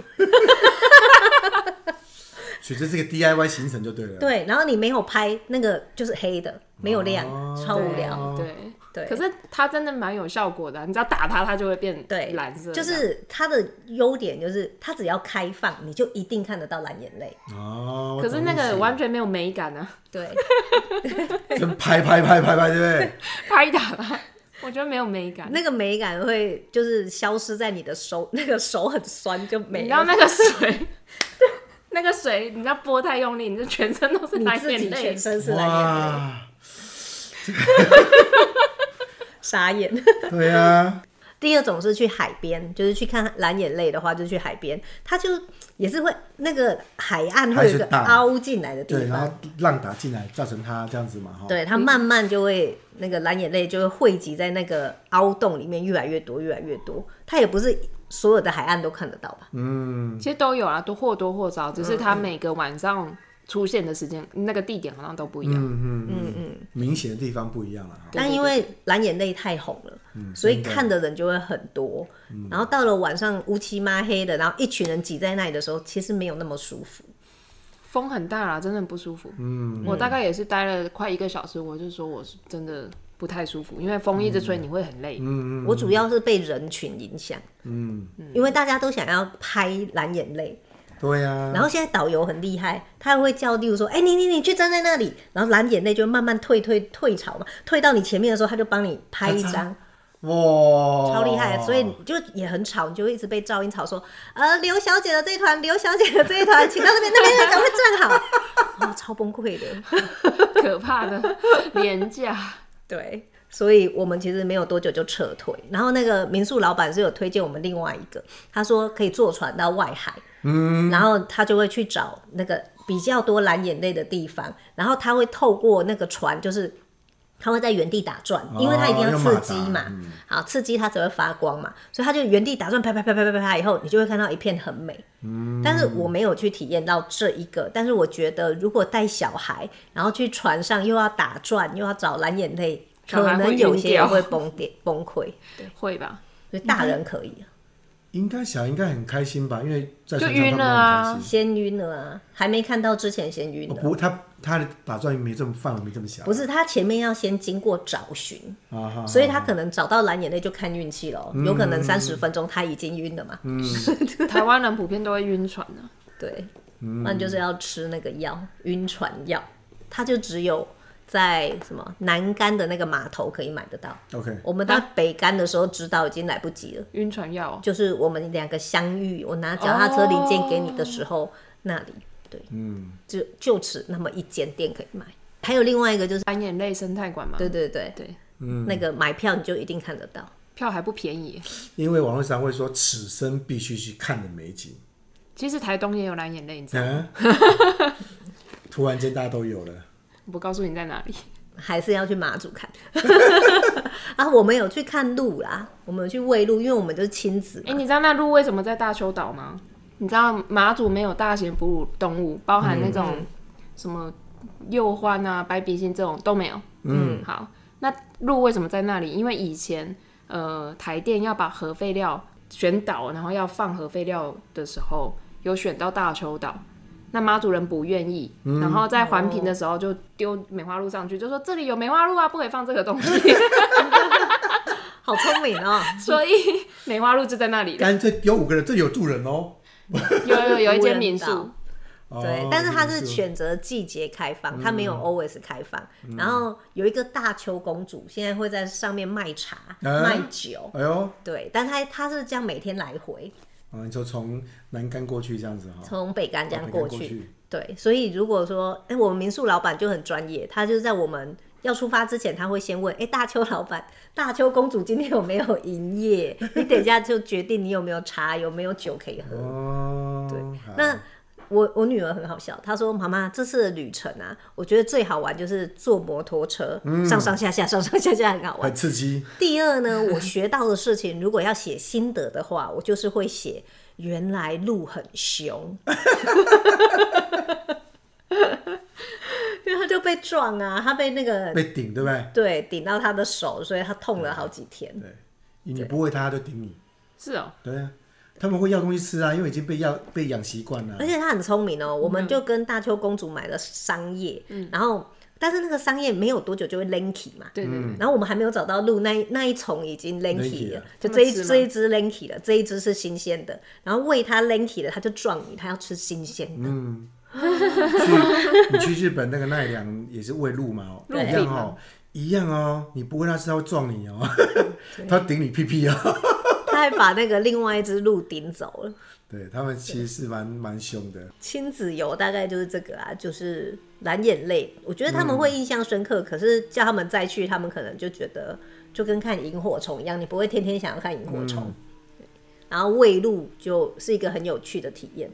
[SPEAKER 2] 所以这是个 DIY 行程就对了。
[SPEAKER 1] 对，然后你没有拍那个就是黑的，没有亮，
[SPEAKER 2] 哦
[SPEAKER 1] 超无聊。
[SPEAKER 3] 对
[SPEAKER 1] 对
[SPEAKER 3] 可是它真的蛮有效果的啊、你只要打它，它就会变
[SPEAKER 1] 对，
[SPEAKER 3] 蓝色的。
[SPEAKER 1] 就是它的优点就是它只要开放，你就一定看得到蓝眼泪。
[SPEAKER 2] 哦，我
[SPEAKER 3] 可是
[SPEAKER 2] 懂
[SPEAKER 3] 那
[SPEAKER 2] 意思
[SPEAKER 3] 个完全没有美感啊，
[SPEAKER 1] 对，
[SPEAKER 2] 真拍拍拍拍拍，对不 对？
[SPEAKER 3] 拍打它，我觉得没有美感。
[SPEAKER 1] 那个美感会就是消失在你的手，那个手很酸就
[SPEAKER 3] 你
[SPEAKER 1] 没
[SPEAKER 3] 知道
[SPEAKER 1] 了。
[SPEAKER 3] 那个水， 那个水，你知道拨太用力，你就全身都是
[SPEAKER 1] 你
[SPEAKER 3] 蓝
[SPEAKER 1] 自己
[SPEAKER 3] 眼
[SPEAKER 1] 全
[SPEAKER 3] 泪。
[SPEAKER 1] 身是蓝眼泪，
[SPEAKER 2] 哇，
[SPEAKER 1] 傻眼。
[SPEAKER 2] 对啊呀，
[SPEAKER 1] 第二种是去海边，就是去看蓝眼泪的话，就去海边，它就也是会那个海岸会有一个
[SPEAKER 2] 海是大的
[SPEAKER 1] 凹进来的地
[SPEAKER 2] 对，然
[SPEAKER 1] 方
[SPEAKER 2] 后，浪打进来，造成它这样子嘛，哈。
[SPEAKER 1] 对它慢慢就会那个蓝眼泪就会汇集在那个凹洞里面，越来越多，越来越多。它也不是所有的海岸都看得到吧？
[SPEAKER 2] 嗯，
[SPEAKER 3] 其实都有啊，都或多或少，只是它每个晚上出现的时间、那个地点好像都不一样。
[SPEAKER 2] 嗯嗯嗯嗯，明显的地方不一样了哈。
[SPEAKER 1] 但因为蓝眼泪太红了，
[SPEAKER 2] 嗯
[SPEAKER 1] 所以看的人就会很多。然后到了晚上乌漆嘛黑的，然后一群人挤在那里的时候，其实没有那么舒服。
[SPEAKER 3] 风很大啦，真的很不舒服。嗯，我大概也是待了快一个小时，我就说我是真的不太舒服，因为风一直吹，你会很累。
[SPEAKER 2] 嗯嗯
[SPEAKER 1] 我主要是被人群影响，
[SPEAKER 2] 嗯，
[SPEAKER 1] 因为大家都想要拍蓝眼泪。
[SPEAKER 2] 对呀。
[SPEAKER 1] 然后现在导游很厉害，他会叫，例如说，哎、你你你去站在那里，然后蓝眼泪就慢慢退退退潮嘛，退到你前面的时候，他就帮你拍一
[SPEAKER 2] 咔嚓哦
[SPEAKER 1] 张，
[SPEAKER 2] 哇，
[SPEAKER 1] 超厉害的，所以就也很吵，你就会一直被噪音吵说，呃，刘小姐的这一团，刘小姐的这一团，请到那边，那边人赶快站好，哦， 超崩溃的。
[SPEAKER 3] 可怕的廉价，
[SPEAKER 1] 对，所以我们其实没有多久就撤退。然后那个民宿老板是有推荐我们另外一个，他说可以坐船到外海，嗯，然后他就会去找那个比较多蓝眼泪的地方，然后他会透过那个船，就是他会在原地打转，因为他一定要刺激嘛，
[SPEAKER 2] 哦用马达嗯
[SPEAKER 1] 好刺激它才会发光嘛，所以他就原地打转，啪啪啪啪啪啪啪，以后你就会看到一片很美。但是
[SPEAKER 3] 嗯
[SPEAKER 1] 我没有去体验到这一个，但是我觉得如果带小孩，然后去船上又要打转，又要找蓝眼泪，
[SPEAKER 3] 小
[SPEAKER 1] 可
[SPEAKER 3] 孩会
[SPEAKER 1] 能有些
[SPEAKER 3] 晕掉
[SPEAKER 1] 人会崩跌崩 溃，
[SPEAKER 3] 会吧？
[SPEAKER 1] 所以大人可以、啊
[SPEAKER 2] 应该小应该很开心吧，因为在
[SPEAKER 3] 就
[SPEAKER 2] 船上
[SPEAKER 3] 晕
[SPEAKER 2] 他们都
[SPEAKER 3] 了啊
[SPEAKER 2] 很开心
[SPEAKER 1] 先晕了啊，还没看到之前先晕
[SPEAKER 2] 哦
[SPEAKER 1] 了。
[SPEAKER 2] 不，他他的打转没这么范围没这么小，
[SPEAKER 1] 不是，他前面要先经过找寻，
[SPEAKER 2] 啊哈，
[SPEAKER 1] 所以
[SPEAKER 2] 哈
[SPEAKER 3] 哦
[SPEAKER 1] 他可能找到蓝眼泪就看运气了，有可
[SPEAKER 3] 嗯
[SPEAKER 1] 能三十分钟他已经晕了嘛。
[SPEAKER 3] 台湾人普遍都会晕船啊的、
[SPEAKER 1] 对，
[SPEAKER 3] 嗯
[SPEAKER 1] 那就是要吃那个药，晕船药，它就只有在什么南竿的那个码头可以买得到。
[SPEAKER 2] OK，
[SPEAKER 1] 我们到北竿的时候知道已经来不及了，
[SPEAKER 3] 晕船药哦、
[SPEAKER 1] 就是我们两个相遇，我拿脚踏车零件给你的时候，
[SPEAKER 3] 哦
[SPEAKER 1] 那里对，
[SPEAKER 2] 嗯，
[SPEAKER 1] 就就此那么一间店可以买。还有另外一个就是，
[SPEAKER 3] 蓝眼泪生态馆嘛，
[SPEAKER 1] 对对对，
[SPEAKER 3] 对，
[SPEAKER 1] 那个买票你就一定看得到。
[SPEAKER 3] 票还不便宜。
[SPEAKER 2] 因为网络上会说此生必须去看的美景，
[SPEAKER 3] 其实台东也 有蓝眼泪，你知道吗？
[SPEAKER 2] 啊、突然间大家都有了，
[SPEAKER 3] 我不告诉你在哪里，
[SPEAKER 1] 还是要去马祖看。 啊，我们有去看鹿啦，我们有去喂鹿，因为我们就是亲子
[SPEAKER 3] 哎、你知道那鹿为什么在大邱岛吗？你知道马祖没有大型哺乳动物，包含那种什么鼬獾啊、白鼻心这种都没有。嗯，好，那鹿为什么在那里？因为以前呃台电要把核废料选岛，然后要放核废料的时候，有选到大邱岛。那马主人不愿意，然后在环
[SPEAKER 1] 哦
[SPEAKER 3] 评的时候就丢梅花鹿上去，就说这里有梅花鹿啊，不可以放这个东西，
[SPEAKER 1] 好聪明哦、
[SPEAKER 3] 所以 梅花鹿就在那 里了。
[SPEAKER 2] 干脆有五个人，这里有住人哦。
[SPEAKER 3] 有有有一间民
[SPEAKER 1] 无人
[SPEAKER 3] 宿
[SPEAKER 1] 岛，
[SPEAKER 2] 哦
[SPEAKER 1] 对，但是它是嗯
[SPEAKER 2] 民宿
[SPEAKER 1] 选择季节开放，它没有 always 开放。然后有一个大邱公主，现在会在上面卖茶、
[SPEAKER 2] 嗯
[SPEAKER 1] 卖酒，
[SPEAKER 2] 哎呦，
[SPEAKER 1] 对，但她她是这样每天来回，
[SPEAKER 2] 啊，你说从南干过去这样子哈，
[SPEAKER 1] 从哦北干这样过
[SPEAKER 2] 北竿
[SPEAKER 1] 去。
[SPEAKER 2] 过去
[SPEAKER 1] 对，所以如果说，哎、我们民宿老板就很专业，他就是在我们要出发之前，他会先问，哎、大邱老板，大邱公主今天有没有营业？你等一下就决定你有没有茶，有没有酒可以喝。
[SPEAKER 2] 哦，
[SPEAKER 1] 对
[SPEAKER 2] 好，
[SPEAKER 1] 那我我女儿很好笑，她说：“妈妈，这次的旅程啊，我觉得最好玩就是坐摩托车，上上下下，上上下下很好玩
[SPEAKER 2] 嗯很。刺激，
[SPEAKER 1] 第二呢，我学到的事情，如果要写心得的话，我就是会写原来路很凶， 因为她就被撞啊，她被那个
[SPEAKER 2] 被顶对不对？
[SPEAKER 1] 对顶到她的手，所以她痛了好几天。
[SPEAKER 2] 对，你不喂它，它就顶你。
[SPEAKER 3] 是哦，
[SPEAKER 2] 对啊，他们会要东西吃啊，因为已经被要被养习惯了
[SPEAKER 1] 而。且她很聪明哦、我
[SPEAKER 3] 嗯
[SPEAKER 1] 们就跟大邱公主买了桑叶，然后但是那个桑叶没有多久就会 lanky 嘛，
[SPEAKER 3] 对对对，
[SPEAKER 1] 然后我们还没有找到鹿，那一那一丛已经 lanky
[SPEAKER 2] Lanky
[SPEAKER 1] 了
[SPEAKER 2] 了，
[SPEAKER 1] 就这一
[SPEAKER 3] 他们吃吗
[SPEAKER 1] 这一只 lanky 了，这一只是新鲜的。然后喂它 lanky 了，它就撞你，它要吃新鲜的。
[SPEAKER 2] 嗯去你去日本那个奈良也是喂鹿嘛，哦
[SPEAKER 3] 鹿
[SPEAKER 2] 一
[SPEAKER 1] 啊
[SPEAKER 3] 顶
[SPEAKER 2] 样哦
[SPEAKER 3] 嘛，
[SPEAKER 2] 一样哦，你不喂它吃，它会撞你哦， 它顶你屁屁哦。
[SPEAKER 1] 它还把那个另外一只鹿顶走了。
[SPEAKER 2] 对他们其实是蛮蛮凶的，
[SPEAKER 1] 亲子游大概就是这个啊，就是蓝眼泪。我觉得他们会印象深刻，可是叫他们再去，他们可能就觉得就跟看萤火虫一样，你不会天天想要看萤火虫。
[SPEAKER 2] 嗯
[SPEAKER 1] 对然后喂鹿就是一个很有趣的体验，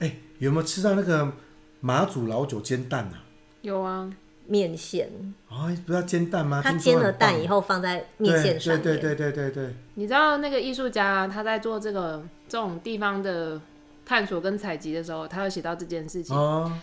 [SPEAKER 2] 哎、有没有吃到那个马祖老酒煎蛋啊？
[SPEAKER 3] 有啊，
[SPEAKER 1] 面线，
[SPEAKER 2] 啊、不要煎蛋吗？
[SPEAKER 1] 它
[SPEAKER 2] 听说
[SPEAKER 1] 煎了
[SPEAKER 2] 很棒
[SPEAKER 1] 蛋以后放在面线上面，
[SPEAKER 2] 对对对对对对
[SPEAKER 3] 你知道那个艺术家他在做这个这种地方的探索跟采集的时候，他有写到这件事
[SPEAKER 2] 对，
[SPEAKER 3] 情。
[SPEAKER 2] 哦，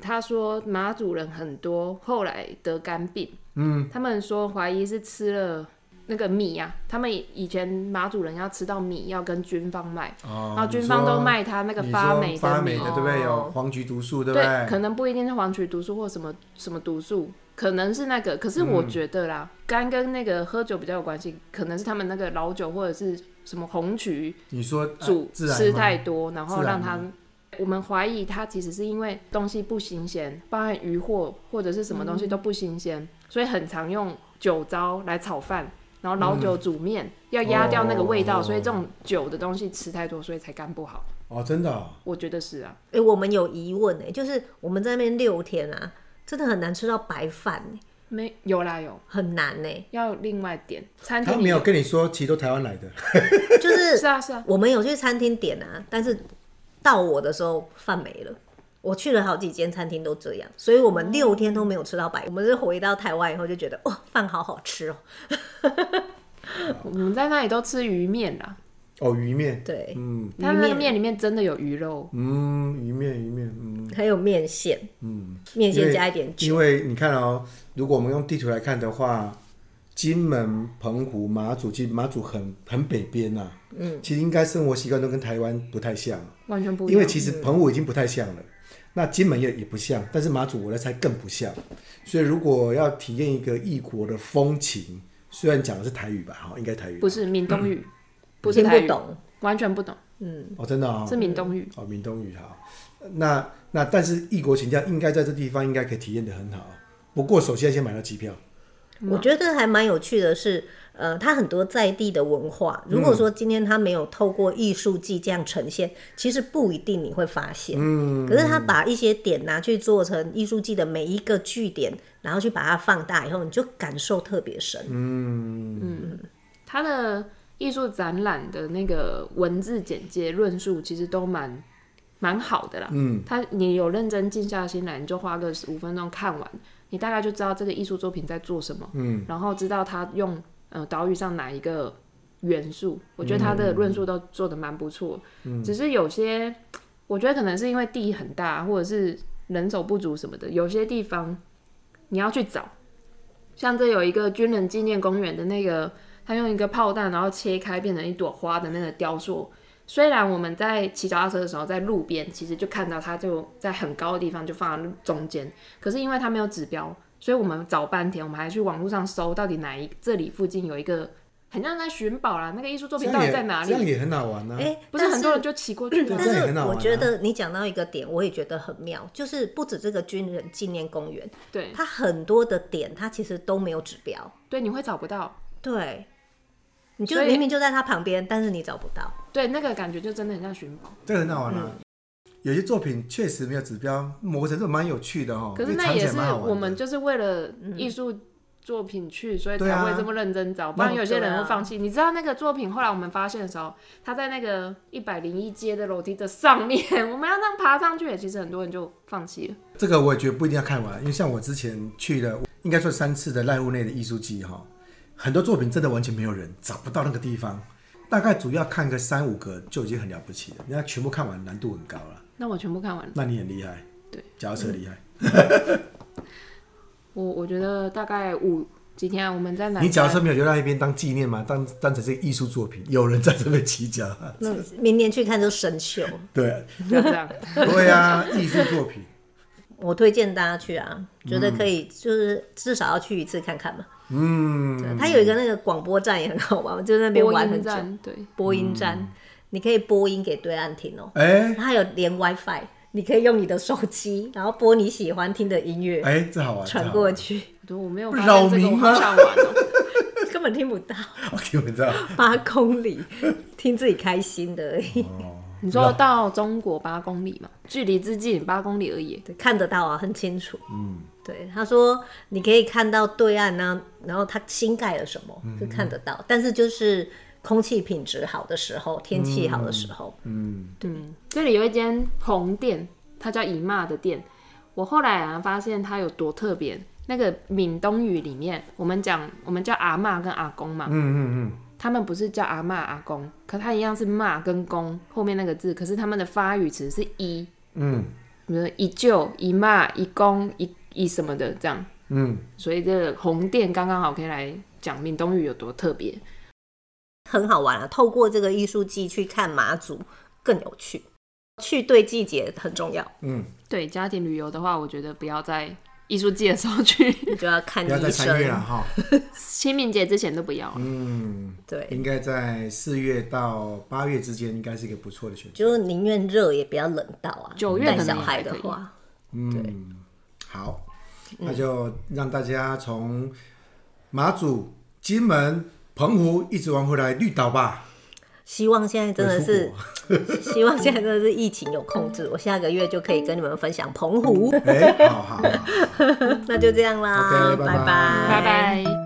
[SPEAKER 3] 他说马主人很多后来得肝病，嗯，他们说怀疑是吃了那个米啊，他们以以前马主人要吃到米要跟军方卖，
[SPEAKER 2] 哦
[SPEAKER 3] 然后军方都卖他那个
[SPEAKER 2] 你
[SPEAKER 3] 发
[SPEAKER 2] 说
[SPEAKER 3] 霉
[SPEAKER 2] 发
[SPEAKER 3] 的
[SPEAKER 2] 霉
[SPEAKER 3] 米，
[SPEAKER 2] 的，对不对？有
[SPEAKER 1] 哦
[SPEAKER 2] 黄菊毒素，对不
[SPEAKER 3] 对，
[SPEAKER 2] 对？
[SPEAKER 3] 可能不一定是黄曲毒素或什么什么毒素，可能是那
[SPEAKER 2] 嗯
[SPEAKER 3] 个。可是我觉得啦，肝跟那个喝酒比较有关系，可能是他们那个老酒或者是什么红曲
[SPEAKER 2] 你说啊
[SPEAKER 3] 煮、
[SPEAKER 2] 呃自
[SPEAKER 3] 吃
[SPEAKER 2] 然
[SPEAKER 3] 太
[SPEAKER 2] 吗？
[SPEAKER 3] 多，然后
[SPEAKER 2] 自然
[SPEAKER 3] 让它。我们怀疑它其实是因为东西不新鲜，包含鱼货或者是什么东
[SPEAKER 2] 嗯
[SPEAKER 3] 西都不新鲜，所以很常用酒糟来炒饭，然后老酒煮面，要压掉那个味道，
[SPEAKER 2] 哦
[SPEAKER 3] 所以这种酒的东西吃太多，所以才肝不好。
[SPEAKER 2] 哦，真的、哦，
[SPEAKER 3] 我觉得是啊，
[SPEAKER 1] 哎、我们有疑问哎、就是我们在那边六天啊，真的很难吃到白饭、欸，
[SPEAKER 3] 没有啦有，
[SPEAKER 1] 很难欸呢、
[SPEAKER 3] 要另外点餐
[SPEAKER 2] 他
[SPEAKER 3] 厅
[SPEAKER 2] 没
[SPEAKER 3] 里
[SPEAKER 2] 有跟你说，其实都台湾来的，
[SPEAKER 1] 就是是
[SPEAKER 3] 啊是啊，
[SPEAKER 1] 我们有去餐厅点啊，但是到我的时候饭没了。我去了好几间餐厅都这样，所以我们六天都没有吃到白。我们是回到台湾以后就觉得，哇，饭好好吃哦、
[SPEAKER 3] 我们在那里都吃鱼面啦，
[SPEAKER 2] 哦，鱼面，
[SPEAKER 1] 对，
[SPEAKER 2] 嗯
[SPEAKER 3] 它那个面里面真的有鱼肉，
[SPEAKER 2] 嗯，鱼面鱼面，嗯，
[SPEAKER 1] 还有面线，
[SPEAKER 2] 嗯，
[SPEAKER 1] 面
[SPEAKER 2] 因
[SPEAKER 1] 线
[SPEAKER 2] 为
[SPEAKER 1] 加一点酒，
[SPEAKER 2] 因为你看哦，如果我们用地图来看的话，金门、澎湖、马祖，其实马祖很很北边呐、嗯，其实应该生活习惯都跟台湾不太像，
[SPEAKER 3] 完全不一
[SPEAKER 2] 因
[SPEAKER 3] 样。
[SPEAKER 2] 为其实澎湖已经不太像了，那金门也也不像，但是马祖我来猜更不像。所以如果要体验一个异国的风情，虽然讲的是台语吧，哈，应该台语吧
[SPEAKER 3] 不是闽东
[SPEAKER 2] 嗯
[SPEAKER 3] 语，不是
[SPEAKER 1] 听
[SPEAKER 3] 台
[SPEAKER 1] 不
[SPEAKER 3] 语，
[SPEAKER 1] 懂。
[SPEAKER 3] 完全不懂，
[SPEAKER 2] 哦，真的啊、
[SPEAKER 3] 是
[SPEAKER 2] 哦，
[SPEAKER 3] 闽东语。
[SPEAKER 2] 哦，闽东语哈，那那但是异国情调应该在这地方应该可以体验的很好。不过首先先买到机票，
[SPEAKER 1] 我觉得还蛮有趣的是，呃，它很多在地的文化，如
[SPEAKER 2] 嗯
[SPEAKER 1] 果说今天它没有透过艺术季这样呈现，其实不一定你会发现。嗯，可是它把一些点拿去做成艺术季的每一个据点，然后去把它放大以后，你就感受特别深。
[SPEAKER 2] 嗯
[SPEAKER 3] 它的艺术展览的那个文字简介论述其实都蛮蛮好的啦。嗯，它你有认真静下心来，你就花个五分钟看完，你大概就知道这个艺术作品在做什么，
[SPEAKER 2] 嗯，
[SPEAKER 3] 然后知道他用呃岛屿上哪一个元素，我觉得他的论述都做的蛮不错，
[SPEAKER 2] 嗯
[SPEAKER 3] 只是有些我觉得可能是因为地很大，或者是人手不足什么的，有些地方你要去找，像这有一个军人纪念公园的那个，他用一个炮弹然后切开变成一朵花的那个雕塑。虽然我们在骑脚踏车的时候，在路边其实就看到它就在很高的地方就放在中间，可是因为它没有指标，所以我们找半天，我们还去网络上搜到底哪一这里附近有一个，很像在寻宝啦，那个艺术作
[SPEAKER 2] 这
[SPEAKER 3] 品
[SPEAKER 2] 样
[SPEAKER 3] 到底
[SPEAKER 2] 也
[SPEAKER 3] 在哪
[SPEAKER 2] 这样
[SPEAKER 3] 里？
[SPEAKER 2] 也很好玩呢、啊。
[SPEAKER 1] 哎，
[SPEAKER 3] 不是
[SPEAKER 1] 但
[SPEAKER 3] 很多人就骑过去
[SPEAKER 2] 这
[SPEAKER 3] 吗？
[SPEAKER 2] 样也
[SPEAKER 1] 但
[SPEAKER 2] 很
[SPEAKER 1] 是
[SPEAKER 2] 好玩
[SPEAKER 1] 我
[SPEAKER 2] 啊
[SPEAKER 1] 觉得你讲到一个点，我也觉得很妙，就是不止这个军人纪念公园，
[SPEAKER 3] 对
[SPEAKER 1] 它很多的点它其实都没有指标，
[SPEAKER 3] 对，你会找不到。
[SPEAKER 1] 对，你就
[SPEAKER 3] 所以
[SPEAKER 1] 明明就在它旁边，但是你找不到。
[SPEAKER 3] 对，那个感觉就真的很像寻宝。
[SPEAKER 2] 这个很好玩啊。
[SPEAKER 3] 嗯
[SPEAKER 2] 有些作品确实没有指标，某个程度蛮有趣的哦。
[SPEAKER 3] 可是
[SPEAKER 2] 也
[SPEAKER 3] 那
[SPEAKER 2] 藏起
[SPEAKER 3] 也
[SPEAKER 2] 来
[SPEAKER 3] 是
[SPEAKER 2] 蛮好玩的
[SPEAKER 3] 我们就是为了艺术作品去，所以
[SPEAKER 2] 对
[SPEAKER 3] 才
[SPEAKER 2] 啊
[SPEAKER 3] 会这么认真找，不然
[SPEAKER 2] 那
[SPEAKER 3] 有些人
[SPEAKER 1] 对啊
[SPEAKER 3] 会放弃。你知道那个作品后来我们发现的时候，它在那个一百零一阶的楼梯的上面，我们要这样爬上去，其实很多人就放弃了。
[SPEAKER 2] 这个我也觉得不一定要看完，因为像我之前去了，应该算三次的濑户内的艺术季哈，很多作品真的完全没有人找不到那个地方，大概主要看个三五个就已经很了不起了，人家全部看完难度很高了，
[SPEAKER 3] 那我全部看完了，
[SPEAKER 2] 那你很厉害，
[SPEAKER 3] 对，
[SPEAKER 2] 脚踏车厉害，
[SPEAKER 3] 我我觉得大概五几天啊，我们在南
[SPEAKER 2] 你脚踏
[SPEAKER 3] 山
[SPEAKER 2] 车没有留在那边当纪念吗？当当成是个艺术作品，有人在这边骑脚踏，
[SPEAKER 1] 那明年去看就生锈。
[SPEAKER 2] 对，
[SPEAKER 3] 不要 这样，
[SPEAKER 2] 对啊，艺术作品，
[SPEAKER 1] 我推荐大家去啊，觉得可以，就是至少要去一次看看嘛。嗯，它有一个那个广播站也很好玩，我就在那边
[SPEAKER 3] 播
[SPEAKER 1] 玩
[SPEAKER 3] 音
[SPEAKER 1] 很久。
[SPEAKER 3] 站对。
[SPEAKER 1] 播音站，你可以播音给对岸听哦、
[SPEAKER 2] 哎、
[SPEAKER 1] 它有连 WiFi，你可以用你的手机，然后播你喜欢听的音乐
[SPEAKER 2] 哎、这好玩，
[SPEAKER 1] 传
[SPEAKER 2] 这好
[SPEAKER 1] 过
[SPEAKER 2] 玩，
[SPEAKER 1] 去，
[SPEAKER 3] 我没有发现这个，
[SPEAKER 2] 扰
[SPEAKER 3] 我
[SPEAKER 2] 民啊
[SPEAKER 3] 好
[SPEAKER 2] 吗
[SPEAKER 3] 想玩哦、
[SPEAKER 1] 根本听不到，
[SPEAKER 2] 我 听不到，
[SPEAKER 1] 八公里，听自己开心的而已，
[SPEAKER 3] 你说到中国八公里嘛，距离之近八公里而已。
[SPEAKER 1] 对看得到啊，很清楚。嗯，对，他说你可以看到对岸呢、然后它新盖了什么，
[SPEAKER 2] 嗯
[SPEAKER 1] 就看得到，但是就是空气品质好的时候，天气好的时候，
[SPEAKER 2] 嗯，
[SPEAKER 3] 这里有一间红店，它叫姨妈的店。我后来啊发现它有多特别。那个闽东语里面，我们讲我们叫阿嬷跟阿公嘛，
[SPEAKER 2] 嗯嗯
[SPEAKER 3] 他们不是叫阿嬷阿公，可他一样是骂跟公后面那个字，可是他们的发语词是一，
[SPEAKER 2] 嗯嗯
[SPEAKER 3] 比如说一舅、一骂、一公、一一什么的这样。
[SPEAKER 2] 嗯，
[SPEAKER 3] 所以这个红店刚刚好可以来讲闽东语有多特别。
[SPEAKER 1] 很好玩啊！透过这个艺术季去看马祖更有趣，去对季节很重要，
[SPEAKER 2] 嗯，
[SPEAKER 3] 对家庭旅游的话，我觉得不要在艺术季的时候去，
[SPEAKER 1] 你就要看
[SPEAKER 2] 不要再
[SPEAKER 1] 医
[SPEAKER 2] 穿越了
[SPEAKER 1] 生。
[SPEAKER 2] 哈，
[SPEAKER 3] 清明节之前都不要啊。
[SPEAKER 2] 嗯。
[SPEAKER 1] 对，
[SPEAKER 2] 应该在四月到八月之间，应该是一个不错的选择。
[SPEAKER 1] 就宁愿热也不要冷到啊。
[SPEAKER 3] 九月
[SPEAKER 1] 带
[SPEAKER 3] 可能
[SPEAKER 1] 小
[SPEAKER 3] 也
[SPEAKER 1] 孩
[SPEAKER 3] 还
[SPEAKER 1] 的
[SPEAKER 3] 可以
[SPEAKER 1] 话，
[SPEAKER 2] 嗯，好，那就让大家从马祖、金门、澎湖一直玩回来绿岛吧。
[SPEAKER 1] 希望现在真的
[SPEAKER 2] 回
[SPEAKER 1] 是
[SPEAKER 2] 出国，
[SPEAKER 1] 希望现在真的是疫情有控制，我下个月就可以跟你们分享澎湖。
[SPEAKER 2] 哎、好好好。
[SPEAKER 1] 那就这样啦
[SPEAKER 2] OK，拜拜
[SPEAKER 1] 拜
[SPEAKER 3] 拜拜。